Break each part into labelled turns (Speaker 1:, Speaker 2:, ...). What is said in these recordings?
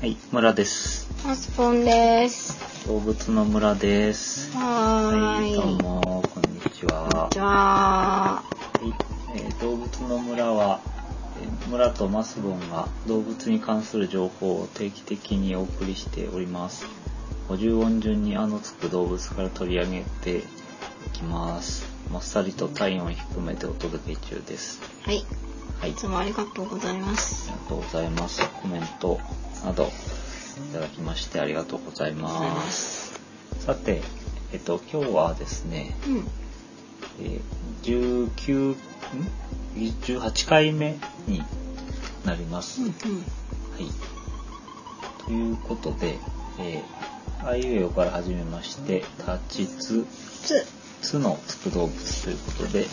Speaker 1: はい、村です。
Speaker 2: マスポンです。
Speaker 1: 動物の村です。
Speaker 2: は
Speaker 1: は
Speaker 2: ーい。
Speaker 1: い、どうも、こんにち
Speaker 2: こん
Speaker 1: は
Speaker 2: に。ちは。
Speaker 1: はい、えー動物の村は、えー村とマスボンが動物に関する情報を定期的にお送りしております。50音順にあのつく動物から取り上げていきます。もっさりと体温を低めてお届け中です。
Speaker 2: はい。い
Speaker 1: はい、
Speaker 2: つもありがとうございま
Speaker 1: あ
Speaker 2: す
Speaker 1: り。がとうございます。コメントなどいただきましてありがとうござい
Speaker 2: ありがとうござい
Speaker 1: ま。
Speaker 2: ますす。
Speaker 1: さて、えっと、今日はですね、
Speaker 2: うん。
Speaker 1: えー19ん18回目になります。
Speaker 2: うん
Speaker 1: はい。ということで、えー、あいうえおから始めまして、たちつ、
Speaker 2: つ。
Speaker 1: つのつく動物ということで、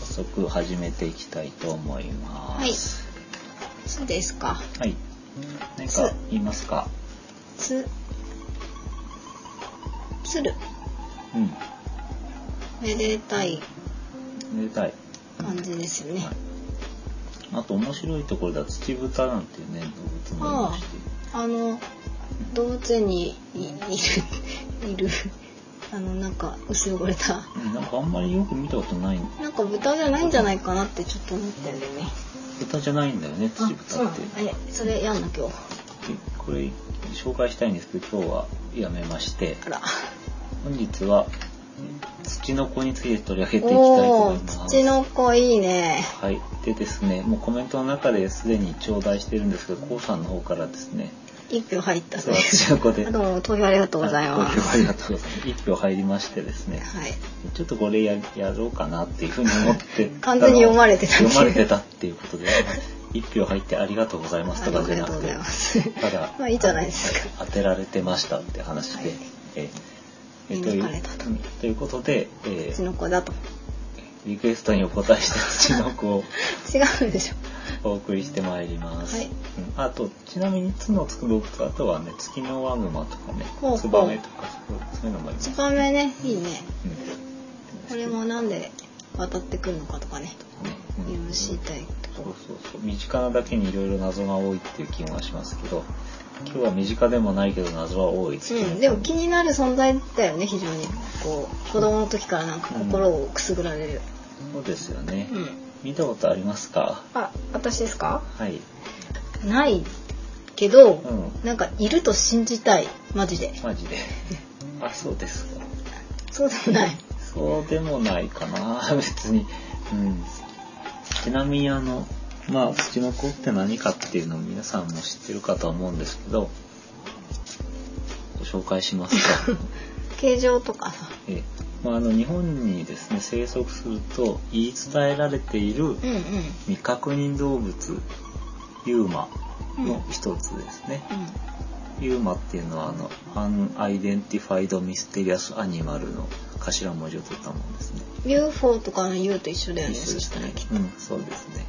Speaker 1: 早速始めていきたいと思います。
Speaker 2: つですか。
Speaker 1: はい。何か言いますか
Speaker 2: つ。つる。
Speaker 1: うん。
Speaker 2: めでたい
Speaker 1: めでたい。
Speaker 2: 感じですよね。
Speaker 1: あと面白いところでは土豚なんていうね動物もいまして
Speaker 2: あの、動物園にいいる、いる、あの、なんか薄汚れた。
Speaker 1: うんなんかあんまりよく見たことない
Speaker 2: なんか豚じゃないんじゃないかなってちょっと思ってんだよね。
Speaker 1: 豚じゃないんだよね土
Speaker 2: そう
Speaker 1: 豚
Speaker 2: な
Speaker 1: っ
Speaker 2: の
Speaker 1: てで
Speaker 2: え、それやんな今日。
Speaker 1: これ紹介したいんですけど今日はやめまして
Speaker 2: あら。
Speaker 1: 本日はえ土の子について取り上げていきたいと
Speaker 2: お
Speaker 1: 思
Speaker 2: お
Speaker 1: い
Speaker 2: ー、
Speaker 1: ます
Speaker 2: 土の子いいね。
Speaker 1: はいでですねもうコメントの中ですでに頂戴してるんですけどこうさんの方からですね
Speaker 2: 一票入った
Speaker 1: そう
Speaker 2: ね。
Speaker 1: 土の子で
Speaker 2: あどうも投票ありがとうございます。
Speaker 1: ありがとうございます一票入りましてですね
Speaker 2: はい。
Speaker 1: ちょっとこれややろうかなっていうふうに思って。
Speaker 2: 完全に読まれてたっていう
Speaker 1: 読まれてたっていうことで、一票入ってありがとうございますとかじゃな
Speaker 2: ありがとう
Speaker 1: く
Speaker 2: ござ
Speaker 1: て
Speaker 2: いま、す。
Speaker 1: ただ、
Speaker 2: まあいいじゃないですか。
Speaker 1: 当てられてましたって話で、
Speaker 2: はい
Speaker 1: ええ
Speaker 2: 見
Speaker 1: とい
Speaker 2: 抜
Speaker 1: う
Speaker 2: かれたと
Speaker 1: うんということで、え
Speaker 2: 土の子だと。
Speaker 1: リクエストにお答えした土の子を
Speaker 2: 違うでしょ。
Speaker 1: お送りしてまいります。
Speaker 2: はい
Speaker 1: うんあと、ちなみに、角つく動物、あとはね、月のワグマとかね
Speaker 2: ほうほ、う
Speaker 1: ツバメとかそう、そういうのもいます
Speaker 2: 一。番目ね、いいね。
Speaker 1: うん
Speaker 2: これもなんで渡ってくるのかとかね。
Speaker 1: ね
Speaker 2: いろいろ知りたい
Speaker 1: そ
Speaker 2: と
Speaker 1: う
Speaker 2: こ。
Speaker 1: そうそう身近なだけにいろいろ謎が多いっていう気はしますけど今日は身近でもないけど謎は多い
Speaker 2: うん、でも気になる存在だよね非常にこう子供の時からなんか心をくすぐられる、
Speaker 1: そうですよね、
Speaker 2: うん、
Speaker 1: 見たことありますか
Speaker 2: あ私ですか
Speaker 1: はい
Speaker 2: ないけど、
Speaker 1: うん
Speaker 2: なんかいると信じたいマジで
Speaker 1: マジで あそうですか
Speaker 2: そうでもない
Speaker 1: そうでもないかな 別にうんちなみにあのまあ土の子って何かっていうのを皆さんも知ってるかとは思うんですけどご紹介します か
Speaker 2: 形状とかさ
Speaker 1: えーまあ、あの日本にですね生息すると言い伝えられている
Speaker 2: うんうん
Speaker 1: 未確認動物ユーマの一つですね、ユーマっていうのはあのアンアイデンティファイド・ミステリアス・アニマルの頭文字を取ったものですね。
Speaker 2: うん UFO とかの U と一緒だよね
Speaker 1: 一緒
Speaker 2: そしたらきっと
Speaker 1: うん、そうですね。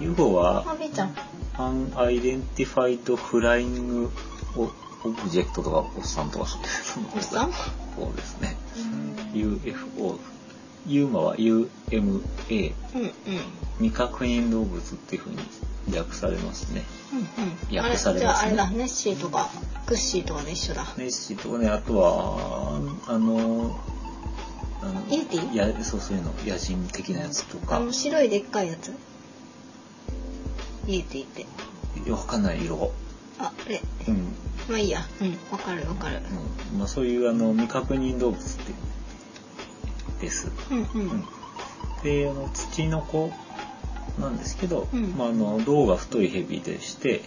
Speaker 1: UFO は
Speaker 2: あべちゃん
Speaker 1: アンアイデンティファイド・フライング・オオブジェクトとかおっさんとか
Speaker 2: おっさん
Speaker 1: そうですね。UFO。ユーマは UMA。
Speaker 2: うんうん
Speaker 1: 未確認動物っていうふうに略されますね。
Speaker 2: うんうんあ
Speaker 1: 訳
Speaker 2: れ
Speaker 1: されますね
Speaker 2: じゃああれだネッシーとかクッシーとかで一緒だ
Speaker 1: ネッシーとかね、あとは、あの、あの
Speaker 2: イエティ
Speaker 1: やそうそういうの、野人的なやつと
Speaker 2: あ
Speaker 1: か、
Speaker 2: の白いでっかいやつイエティって
Speaker 1: わかんない色。
Speaker 2: ああれ
Speaker 1: うん。
Speaker 2: まあいいやうんわかるわかる
Speaker 1: うんまあそういうあの未確認動物って、です。
Speaker 2: うんうん
Speaker 1: うんで、あの、土の子なんですけど、
Speaker 2: うん
Speaker 1: まああの、胴が太いヘビでして、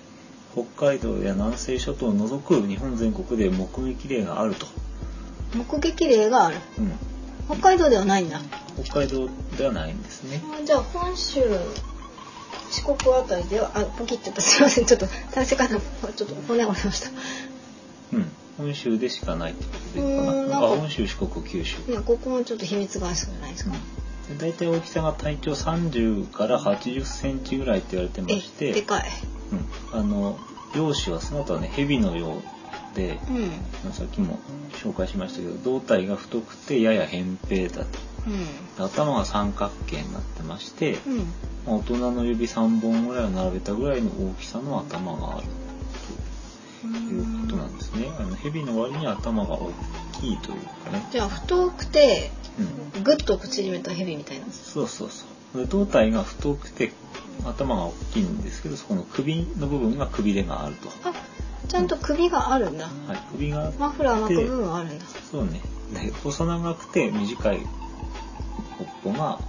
Speaker 1: 北海道や南西諸島を除く日本全国で目撃例があると。
Speaker 2: 目撃例がある
Speaker 1: うん。
Speaker 2: 北海道ではないんだ
Speaker 1: 北海道ではないんですね。
Speaker 2: あじゃあ本州四国あたりではあポキってたすいませんちょっと体勢がちょっと骨折れました
Speaker 1: うん。本州でしかないってことでいいか
Speaker 2: うーん
Speaker 1: な。
Speaker 2: なん
Speaker 1: あ、
Speaker 2: か
Speaker 1: 本州、四国、九州。
Speaker 2: いやここもちょっと秘密があるじゃないですか、
Speaker 1: うん。で大体大きさが体長30から80センチぐらいって言われてまし
Speaker 2: えで
Speaker 1: て、
Speaker 2: かい
Speaker 1: うん。あの、漁師はその後はね、蛇のようで、
Speaker 2: うんうん
Speaker 1: まあさっきも紹介しましたけど、胴体が太くてやや扁平だと。で頭が三角形になってまして、
Speaker 2: うん
Speaker 1: まあ大人の指3本ぐらいを並べたぐらいの大きさの頭がある。
Speaker 2: う
Speaker 1: ということなんんですね。あの蛇の割に頭が大きいというかね。
Speaker 2: じゃあ太くて
Speaker 1: うん。
Speaker 2: ぐっと縮めたヘビみたいなんです
Speaker 1: そうそうそう。で胴体が太くて頭が大きいんですけど、そこの首の部分がくびれがあると。
Speaker 2: あちゃんと首があるんだ
Speaker 1: はい、首があって
Speaker 2: マフラー巻く部分はあるんだ
Speaker 1: そうね。で細長くて短い尾っぽが、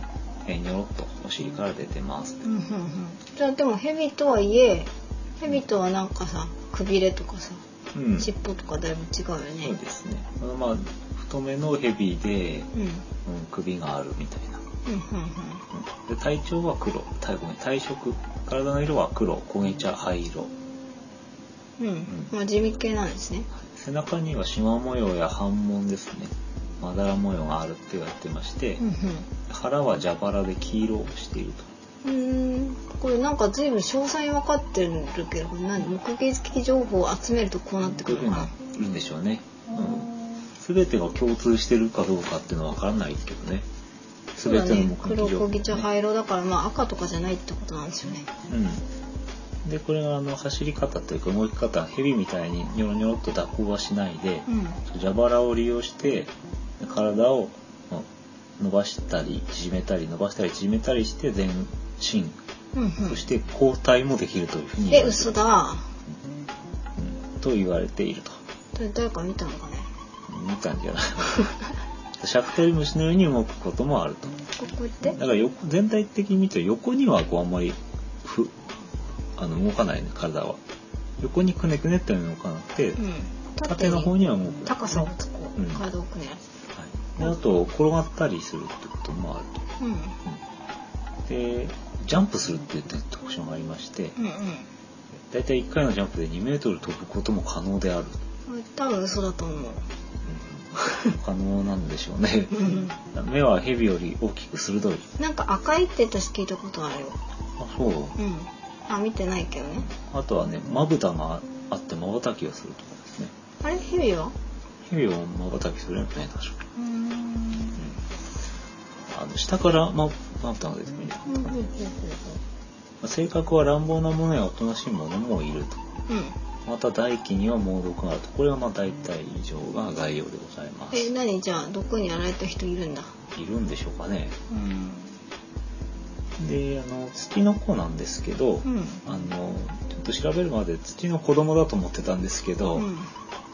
Speaker 1: えー、にょろっとお尻から出てます。
Speaker 2: うんうんうんじゃあでもヘビとはいえヘビとはなんかさくびれとかさ
Speaker 1: うん。
Speaker 2: 尻尾とかだいぶ違うよ
Speaker 1: そう
Speaker 2: ね
Speaker 1: ですね。あのまあ、太めのヘビで、
Speaker 2: うんうん
Speaker 1: うん、首があるみたいな。
Speaker 2: うん
Speaker 1: うんで体調は黒体ごめん体色体の色は黒焦げ茶灰色
Speaker 2: うんうんまあ地味系なんですね
Speaker 1: 背中には縞模様や斑紋ですねまだら模様があるって言われてまして、
Speaker 2: うん
Speaker 1: 腹は蛇腹で黄色をしていると
Speaker 2: うんうーんこれなんか随分詳細に分かってるけど何目撃情報を集めるとこうなってく
Speaker 1: いう
Speaker 2: る
Speaker 1: ふうに
Speaker 2: のか
Speaker 1: なっ
Speaker 2: な
Speaker 1: てるんでしょうね、うん、全てが共通してるかどうかっていうのは分からないですけどね
Speaker 2: そうだ
Speaker 1: 全ての
Speaker 2: ね
Speaker 1: 目撃
Speaker 2: 黒
Speaker 1: 情報
Speaker 2: 小木茶灰色だからまあ赤とかじゃないってことなんですよね
Speaker 1: うん、でこれがあの走り方というか動き方蛇みたいにニョロニョロっと蛇行はしないで、
Speaker 2: うん
Speaker 1: 蛇腹を利用して体をまあ伸ばしたり縮めたり伸ばしたり縮めたりして全身、
Speaker 2: うんうん
Speaker 1: そして交代もできるというふうに言
Speaker 2: え
Speaker 1: われて
Speaker 2: 嘘だ
Speaker 1: うんと言われていると
Speaker 2: それ誰か見たのかね
Speaker 1: 見たんじゃない シャクトリムシのように動くこともあると
Speaker 2: ここ行って
Speaker 1: だから横全体的に見て横にはこうあんまりふあの動かないね体は横にくねくねって動かなくて、
Speaker 2: うん
Speaker 1: 縦の方には動く
Speaker 2: 高さをつこう、
Speaker 1: うん
Speaker 2: 体をくねる
Speaker 1: はい、であと転がったりするってこともあると
Speaker 2: うん
Speaker 1: でジャンプするっていう特徴がありまして
Speaker 2: うん
Speaker 1: 大体1回のジャンプで2メートル飛ぶことも可能である、
Speaker 2: うん多分嘘だと思う、
Speaker 1: 可能なんでしょうね
Speaker 2: うんうん、
Speaker 1: 目は蛇より大きく鋭い
Speaker 2: なんか赤いって私聞いたことあるよ
Speaker 1: あそう
Speaker 2: うんあ見てないけどね
Speaker 1: あとはねまぶたがあってまばたきをするとかですね
Speaker 2: あれヘビは
Speaker 1: 蛇をまばたきするよね確か
Speaker 2: うーん
Speaker 1: あの下からままぶたが出てくるんじゃない
Speaker 2: うんうんうんうん
Speaker 1: まあ性格は乱暴なものやおとなしいものもいると
Speaker 2: うん
Speaker 1: また大気には猛毒があるとこれはまあ大体以上が概要でございます
Speaker 2: え何じゃあ毒にやられた人いるんだ
Speaker 1: いるんでしょうかね
Speaker 2: うん
Speaker 1: であの月の子なんですけど、
Speaker 2: うん
Speaker 1: あのちょっと調べるまで土の子供だと思ってたんですけど、
Speaker 2: うん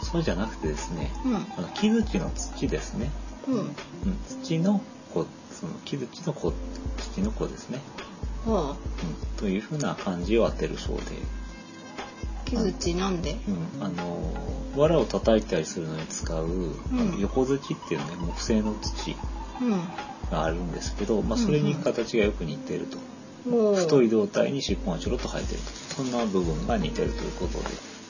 Speaker 1: そうじゃなくてですね
Speaker 2: うん
Speaker 1: あの木槌の土ですね、
Speaker 2: うん
Speaker 1: うん、土の子その木槌の子土の子ですね、
Speaker 2: ああ
Speaker 1: うん、というふうな漢字を当てるそうで、
Speaker 2: 木口なんで
Speaker 1: うん、あの藁を叩いたりするのに使う、あの
Speaker 2: うん
Speaker 1: 横土っていうね木製の土
Speaker 2: う
Speaker 1: があるんですけど、まあ、それに形がよく似てると。
Speaker 2: んもう
Speaker 1: 太い胴体に尻尾がちょろっと生えてるそんな部分が似てるということで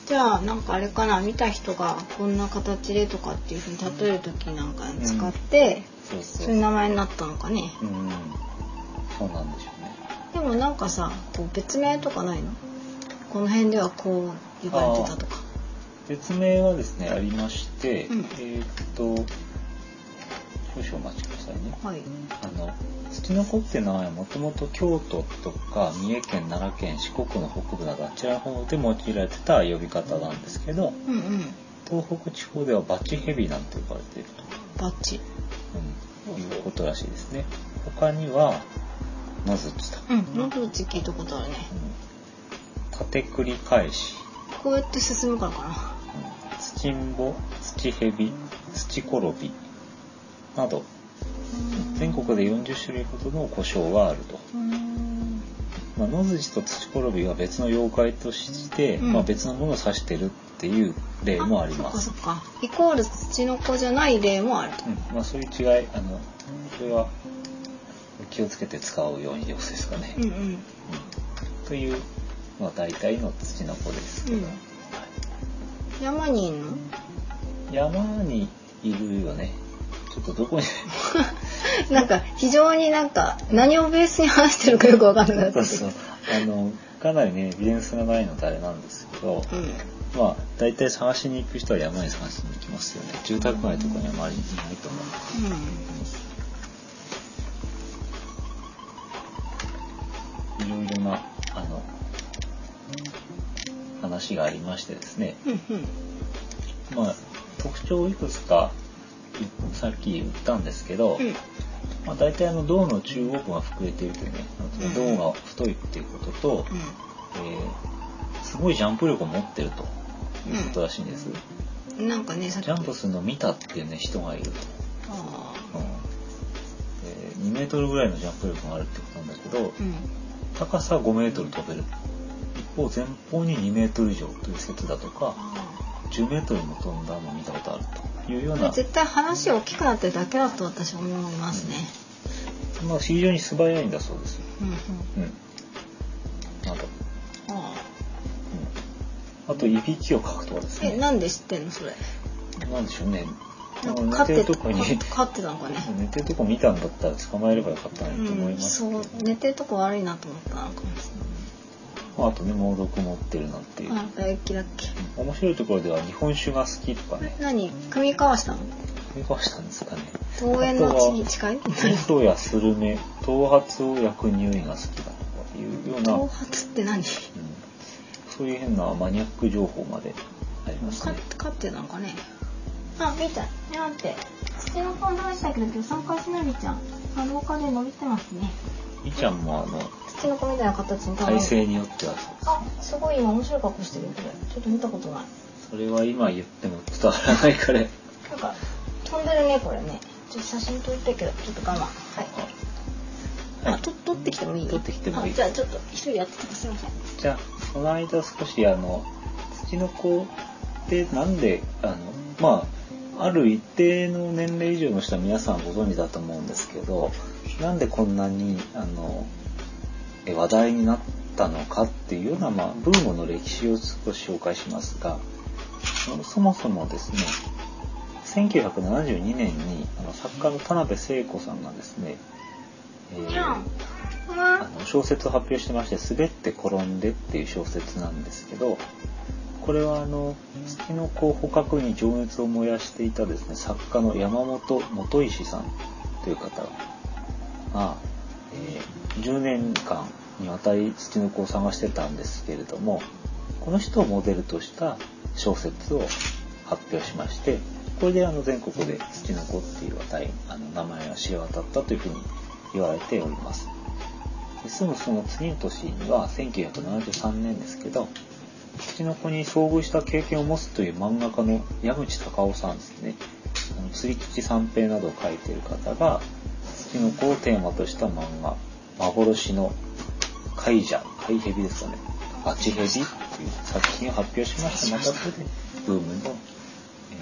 Speaker 2: じゃあなんかあれかな見た人がこんな形でとかっていうふうに例える時なんかに使って、
Speaker 1: そう
Speaker 2: そういう名前になったのかね
Speaker 1: うんそうなんでしょうね
Speaker 2: でもなんかさこう別名とかないのこの辺ではこう呼ばれてたとか
Speaker 1: 説明はですねありまして、
Speaker 2: うん
Speaker 1: えーっと少々お待ちくださいね
Speaker 2: はい
Speaker 1: あの土の子って名前はもともと京都とか三重県奈良県四国の北部などあちらの方で用いられてた呼び方なんですけど
Speaker 2: うんうん
Speaker 1: 東北地方ではバチヘビなんて呼ばれていると
Speaker 2: バッチ
Speaker 1: うんいうことらしいですね。他には、野槌と。
Speaker 2: うんのぶち聞いたことあるね
Speaker 1: 縦繰り返し、
Speaker 2: こうやって進むからかな
Speaker 1: うん、土んぼ、土蛇、土転び、など、全国で40種類ほどの故障があると。
Speaker 2: うん
Speaker 1: まあ、野槌と土転びは別の妖怪として、
Speaker 2: うん
Speaker 1: まあ、別のものを指してるっていう例もありま
Speaker 2: そ
Speaker 1: す
Speaker 2: っ。かそっかイコール土の子じゃない例もあると
Speaker 1: うん、まあ、そういう違い、あの、これは気をつけて使うようにしてほしいですかね。
Speaker 2: うんうん
Speaker 1: という、まあ、大体の土の子ですけど、
Speaker 2: うん
Speaker 1: はい
Speaker 2: 山にいんの
Speaker 1: 山にいるよねちょっとどこに
Speaker 2: なんか非常になんか何をベースに話してるかよくわかんなくなって
Speaker 1: そうそう
Speaker 2: きた。
Speaker 1: あのかなりねエビデンスがないのであれなんですけど
Speaker 2: うん。
Speaker 1: まあ大体探しに行く人は山に探しに行きますよね住宅街とかにはあまりいないと思ういろいろなあの話がありましてですね、
Speaker 2: うんうん
Speaker 1: まあ、特徴をいくつかさっき言ったんですけど、
Speaker 2: うん
Speaker 1: まあ、大体あの銅の中央部が膨れているというねあと銅が太いっていうことと、えーすごいジャンプ力を持ってるということらしいんです、
Speaker 2: うんなんかねさっき
Speaker 1: ジャンプするのを見たっていうね人がいると、
Speaker 2: あ
Speaker 1: うん
Speaker 2: あ
Speaker 1: えー2メートルぐらいのジャンプ力があるってことなんだけど、
Speaker 2: うん
Speaker 1: 高さ5メートル飛べる一方前方に2メートル以上という説だとか
Speaker 2: あ
Speaker 1: 10メートルも飛んだのを見たことあるというよう
Speaker 2: あ
Speaker 1: な
Speaker 2: 絶対話大きくなってるだけだと私は思いますね
Speaker 1: まあ、非常に素早いんだそうです。
Speaker 2: うんうん
Speaker 1: うん。なんか、
Speaker 2: ああ
Speaker 1: うん。あと、いびきをかくとかです
Speaker 2: え
Speaker 1: ね。
Speaker 2: なんで知ってんのそれ
Speaker 1: なんでしょうね。
Speaker 2: なんか飼
Speaker 1: 寝
Speaker 2: って
Speaker 1: る
Speaker 2: て
Speaker 1: とこに、
Speaker 2: 飼ってたのかね
Speaker 1: 寝てるとこ見たんだったら捕まえればよかったなと思います。
Speaker 2: うん、そう寝てるとこ悪いなと思ったなんか
Speaker 1: まあ、あとね、猛毒持ってるなんていう。
Speaker 2: あ大嫌いだっけ
Speaker 1: 面白いところでは日本酒が好きとかね、
Speaker 2: 何組み交わしたの
Speaker 1: 見ましたんですかね。
Speaker 2: 桃園の地に 近い
Speaker 1: 磯やスルメ、頭髪を焼く匂いが好きだとかいうような、う
Speaker 2: 頭
Speaker 1: ん、
Speaker 2: 髪って何
Speaker 1: そういう変なマニアック情報まであります
Speaker 2: 飼っ
Speaker 1: ね。
Speaker 2: て飼ってたのかねあ見たなんて土の子の話だけど今日参加しなびちゃんあの丘で伸びてますね
Speaker 1: いちゃんもあの、
Speaker 2: 土の子みたいな形に
Speaker 1: 体勢によっては
Speaker 2: あすごい今面白い格好してるよこれちょっと見たことない
Speaker 1: それは今言っても伝わらないから
Speaker 2: なんか飛んでるねこれねちょっと写真撮りたいけどちょっと我慢はいあ、と取ってきてもいい。
Speaker 1: 取ってきてもいい
Speaker 2: あじゃあちょっと一人やっててくださいません。
Speaker 1: じゃあこの間少しあの土の子ってなんであのまあある一定の年齢以上の人は皆さんご存知だと思うんですけどなんでこんなにあのえ話題になったのかっていうような、まあ、ブームの歴史を少し紹介しますがそそもそもですね1972年にあの作家の田辺聖子さんがですね、えーあの小説を発表してまして「滑って転んで」っていう小説なんですけどこれはあの月の子捕獲に情熱を燃やしていたですね作家の山本元石さんという方が、まあえー10年間にわたり土の子を探してたんですけれどもこの人をモデルとした小説を発表しましてこれであの全国で土の子っていう値あの名前が知れ渡ったというふうに言われております。ですぐその次の年には1973年ですけどツチノコに遭遇した経験を持つという漫画家の矢口隆夫さんですねあの釣り吉三平などを書いている方がツチノコをテーマとした漫画「幻の海蛇」「海蛇」ですかね「バチヘビ」という作品を発表しましてまたこれでブームの、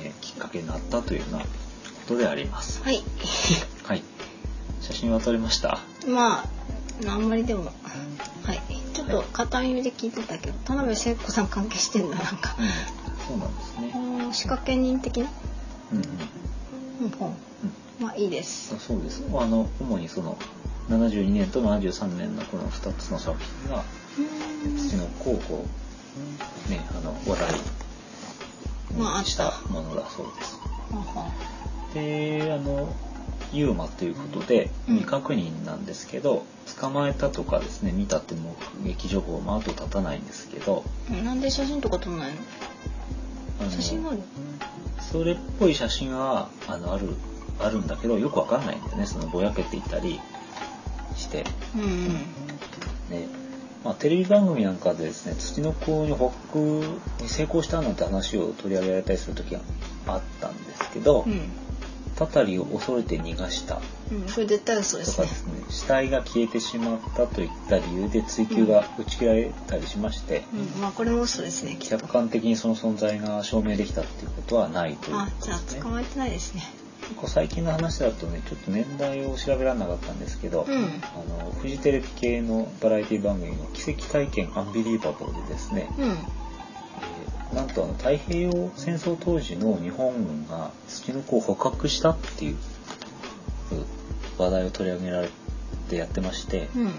Speaker 1: えーきっかけになったというようなことであります
Speaker 2: はい。
Speaker 1: はい写真は撮れました
Speaker 2: まあ、あんまりでも。はい。ちょっと片耳で聞いてたけど、田辺聖子さん関係してんだ、なんか
Speaker 1: う。んそうなんですね、
Speaker 2: うん仕掛け人的な。
Speaker 1: うんうん
Speaker 2: うん、ほん。まあ、いいです
Speaker 1: あ。そうですあの主にその72年と73年のこの2つの作品が
Speaker 2: うん
Speaker 1: 土の高校ねあの話
Speaker 2: まああ
Speaker 1: 題
Speaker 2: っ
Speaker 1: に
Speaker 2: た
Speaker 1: したものだそうです。
Speaker 2: ほんほん
Speaker 1: であのユーマということで
Speaker 2: うん
Speaker 1: 未確認なんですけど、捕まえたとかですね見たって目撃情報も後立たないんですけど
Speaker 2: うんなんで写真とか撮んないの。
Speaker 1: あの
Speaker 2: 写真がある。
Speaker 1: それっぽい写真はあのあるあるんだけどよくわかんないんだよねそのぼやけていたりして。
Speaker 2: うん、うん。
Speaker 1: ねまあ、テレビ番組なんかでですね土の子に捕獲に成功したなんて話を取り上げられたりする時があったんですけど、
Speaker 2: うん。
Speaker 1: たたりを恐れて逃がした
Speaker 2: うん、これ絶対嘘で
Speaker 1: と
Speaker 2: す
Speaker 1: か
Speaker 2: ね
Speaker 1: で。すね死体が消えてしまったといった理由で追及が打ち切られたりしまして、
Speaker 2: うん、まあ、これも嘘ですね、きっ
Speaker 1: 客
Speaker 2: と。
Speaker 1: 観的にその存在が証明できたっていうことはないという
Speaker 2: あ
Speaker 1: こ、と
Speaker 2: じ
Speaker 1: で
Speaker 2: ゃあ、
Speaker 1: すね
Speaker 2: 捕。まえてないですね。
Speaker 1: 結構最近の話だとねちょっと年代を調べられなかったんですけど、
Speaker 2: うん。
Speaker 1: あのフジテレビ系のバラエティ番組の「奇跡体験アンビリーバボー」でですね、
Speaker 2: うん。
Speaker 1: えーなんとあの太平洋戦争当時の日本軍がツチノコを捕獲したっていうう話題を取り上げられてやってまして
Speaker 2: うん。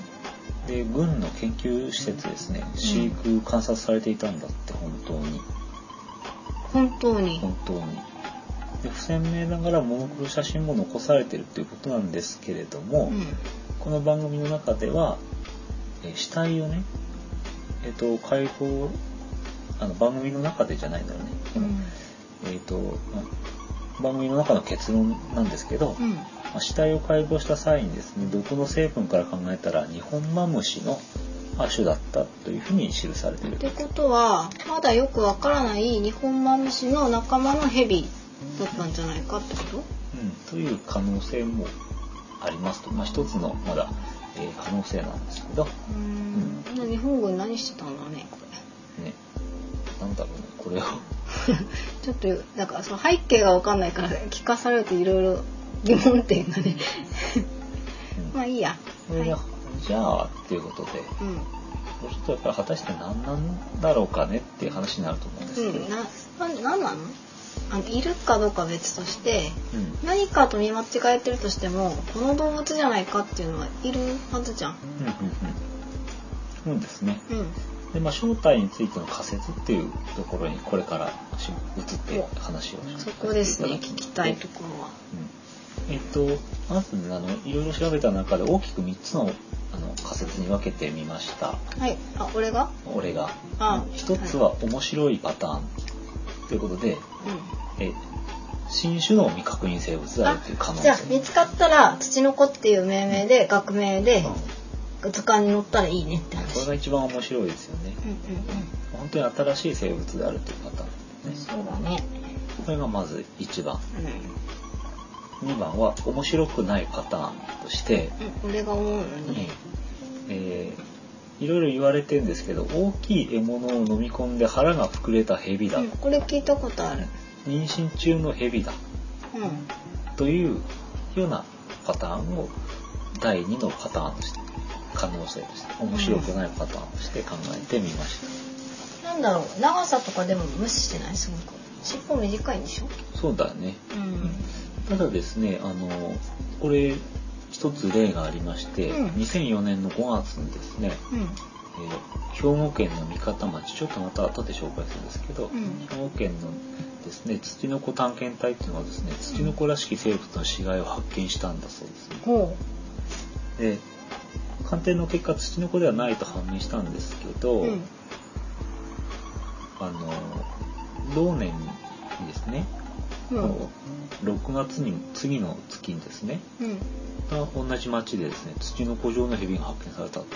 Speaker 1: で軍の研究施設ですね飼育観察されていたんだって本当に
Speaker 2: 本当に。
Speaker 1: 本当にで不鮮明ながらモノクロ写真も残されてるっていうことなんですけれども、
Speaker 2: う
Speaker 1: この番組の中では、えー死体をね、えっと解放あの番組の中でじゃないんだよね、
Speaker 2: う
Speaker 1: この
Speaker 2: ん
Speaker 1: えっ、とまあ番組の中の結論なんですけど、
Speaker 2: うん
Speaker 1: まあ死体を解剖した際にですね毒の成分から考えたらニホンマムシの亜種だったというふうに記されてい
Speaker 2: っ
Speaker 1: る
Speaker 2: てことはまだよくわからない日本マムシの仲間のヘビだったんじゃないかってこと
Speaker 1: うん、という可能性もありますと、まあ、一つのまだ、えー可能性なんですけど、
Speaker 2: うーん日本軍何してたんだねこ
Speaker 1: ね、なんだろうねこれを
Speaker 2: れ ちょっとなんかその背景がわかんないから聞かされるといろいろ疑問点がね まあいいや
Speaker 1: これ
Speaker 2: はい
Speaker 1: で、じゃあっていうことでこ
Speaker 2: うん
Speaker 1: れちょっとやっぱり果たして何なんだろうかねっていう話になると思うんですけど、
Speaker 2: うん、な、なん、なんなの。あの、いるかどうかは別として、
Speaker 1: うん
Speaker 2: 何かと見間違えてるとしても、この動物じゃないかっていうのはいるはずじゃん。
Speaker 1: うんうんうんうんですね。
Speaker 2: うん、
Speaker 1: で、まあ、正体についての仮説っていうところに、これからし移って話をします
Speaker 2: そこですね、聞きたいところは。
Speaker 1: うんえっと、まず、あの、いろいろ調べた中で大きく3つのあの仮説に分けてみました。
Speaker 2: はい、あ、俺が。
Speaker 1: 俺が。
Speaker 2: あ
Speaker 1: 1つは面白いパターンということで、
Speaker 2: うん。
Speaker 1: え新種の未確認生物であるという可能性。
Speaker 2: じゃあ、見つかったら、土の子っていう命名で、学名で、
Speaker 1: うん
Speaker 2: 図鑑に載ったらいいねって
Speaker 1: これ
Speaker 2: 話。
Speaker 1: が一番面白いですよね
Speaker 2: う。ん、うん、うん。
Speaker 1: 本当に新しい生物であるというパターンですね。
Speaker 2: そうだね。
Speaker 1: これがまず1番。2番は面白くないパターンとして、
Speaker 2: うん、うん、俺が思うのに。
Speaker 1: えーいろいろ言われてるんですけど大きい獲物を飲み込んで腹が膨れたヘビだ、
Speaker 2: うん、これ聞いたことある。
Speaker 1: 妊娠中のヘビだ
Speaker 2: うん。
Speaker 1: というようなパターンを第2のパターンとして可能性として面白くないパターンとして考えてみました、
Speaker 2: なんだろう長さとかでも無視してないすごく尻尾短いんでしょ
Speaker 1: そうだね
Speaker 2: うん
Speaker 1: ただですねあのこれ一つ例がありまして、
Speaker 2: うん
Speaker 1: 2004年の5月にですね、
Speaker 2: うん
Speaker 1: えー兵庫県の三方町ちょっとまた後で紹介するんですけど、
Speaker 2: うん
Speaker 1: 兵庫県のですね土の子探検隊っていうのはですね土の子らしき生物の死骸を発見したんだそうですね
Speaker 2: ほ
Speaker 1: で鑑定の結果土の子ではないと判明したんですけ
Speaker 2: う
Speaker 1: ど、
Speaker 2: うん
Speaker 1: あの同年にですね、
Speaker 2: う
Speaker 1: こ
Speaker 2: ん
Speaker 1: の6月に次の月にですね
Speaker 2: うん
Speaker 1: また同じ町でですね土の子状のヘビが発見されたと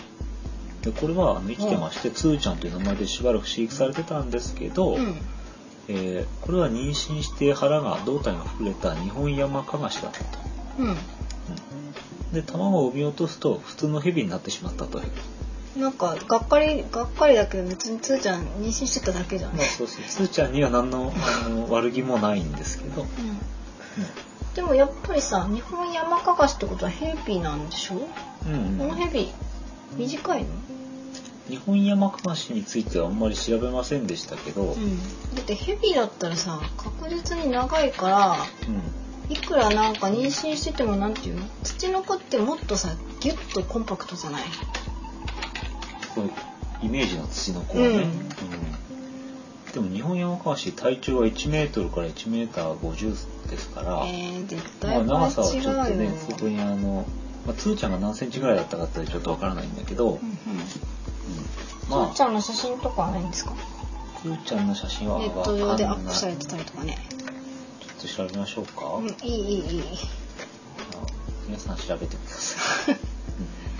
Speaker 1: でこれはあの生きてまして、つーちゃんという名前でしばらく飼育されてたんですけど、
Speaker 2: うん
Speaker 1: えーこれは妊娠して腹が胴体が膨れた日本山カガシだったと、うんで卵を産み落とすと普通のヘビになってしまったという
Speaker 2: うんなんかがっかりがっかりだけど別につーちゃん妊娠してただけじゃん
Speaker 1: まあそうですねつーちゃんには何のあの悪気もないんですけど、うん
Speaker 2: うんでもやっぱりさ日本山かがしってことはヘビなんでしょ、
Speaker 1: うん
Speaker 2: このヘビ短いの、
Speaker 1: 日本山カガシについてはあんまり調べませんでしたけど、うん
Speaker 2: だってヘビだったらさ確実に長いからいくらなんか妊娠しててもなんていうの土の子ってもっとさギュッとコンパクトじゃない
Speaker 1: こうイメージの土の子はね、
Speaker 2: うん
Speaker 1: うんでも日本山カガシ体長は1メートルから1メーター50ですから、
Speaker 2: えー、絶
Speaker 1: ま
Speaker 2: 対
Speaker 1: あ、
Speaker 2: こ
Speaker 1: 長さはちょ
Speaker 2: れ違
Speaker 1: っ
Speaker 2: う
Speaker 1: と
Speaker 2: よ、
Speaker 1: ねそこにあの、まあ、つーちゃんが何センチぐらいだったかってちょっとわからないんだけど、
Speaker 2: うんうん
Speaker 1: ま
Speaker 2: 父
Speaker 1: あ
Speaker 2: ちゃんの写真とかはないんですか
Speaker 1: つーちゃんの写真は
Speaker 2: ネ
Speaker 1: わ
Speaker 2: ッ
Speaker 1: か
Speaker 2: ト
Speaker 1: ん
Speaker 2: 上
Speaker 1: ないち
Speaker 2: で
Speaker 1: ょ
Speaker 2: ア
Speaker 1: っ
Speaker 2: ップされてたりとかね
Speaker 1: と調べましょうか、
Speaker 2: うん
Speaker 1: あ
Speaker 2: いいいいいい
Speaker 1: 皆さん調べてください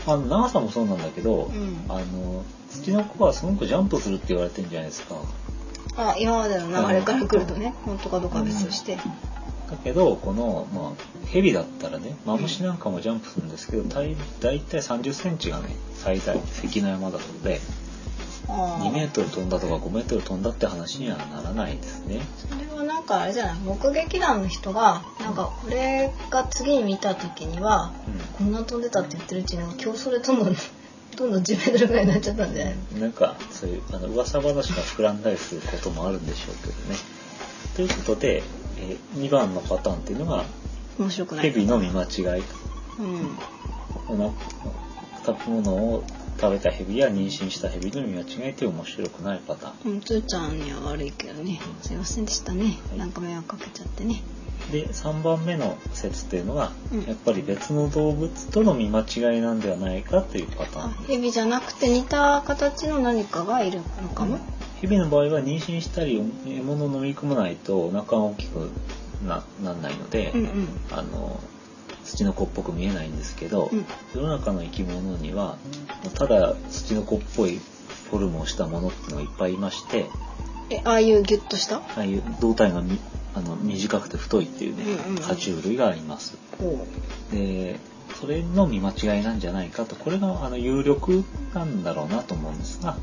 Speaker 1: うんあの長さもそうなんだけど、
Speaker 2: うん
Speaker 1: あの土の子はすごくジャンプするって言われてるんじゃないですか
Speaker 2: あ今までの流れから来るとね本当かどうかは別として
Speaker 1: だけどこの、まあ、ヘビだったらねマムシなんかもジャンプするんですけど大大体3 0ンチがね最大関の山だそうで
Speaker 2: あ
Speaker 1: 2メー
Speaker 2: ー
Speaker 1: トル飛んだとか5メートル飛んだって話にはならないですね。
Speaker 2: それはなんかあれじゃない目撃談の人がなんか俺が次に見た時にはこんな飛んでたって言ってるうちになんか競争でどん どんどんどん10メートルぐらいになっちゃったんじゃない
Speaker 1: なんかそういうあの噂話が膨らんだりすることもあるんでしょうけどね。ということで、え2番のパターンっていうのが
Speaker 2: 面白くな
Speaker 1: ヘ
Speaker 2: い
Speaker 1: ビの見間違い
Speaker 2: うん
Speaker 1: この食べ物を食べたヘビや妊娠したヘビの見間違いっていう面白くないパターン。
Speaker 2: うん、つーちゃんには悪いけどね
Speaker 1: うん
Speaker 2: すいませんでしたね、
Speaker 1: はい
Speaker 2: なんか迷惑かけちゃってね
Speaker 1: で3番目の説というのが、
Speaker 2: うん
Speaker 1: やっぱり別の動物との見間違いなんではないかというパター
Speaker 2: あ
Speaker 1: ン
Speaker 2: ヘビじゃなくて似た形の何かがいるのかも、
Speaker 1: 蛇の場合は妊娠したり獲物を飲み込まないとお腹が大きくななんないので、
Speaker 2: うんうん
Speaker 1: あの土の子っぽく見えないんですけど、
Speaker 2: うん
Speaker 1: 世の中の生き物にはただ土の子っぽいフォルムをしたものっていうのがいっぱいいまして
Speaker 2: えああいうギュッとした
Speaker 1: ああいう胴体がみあの短くて太いっていうね、
Speaker 2: うんうんうん
Speaker 1: 爬虫類があります。
Speaker 2: ほ
Speaker 1: でそれの見間違いなんじゃないかとこれがあの有力なんだろうなと思うんですが、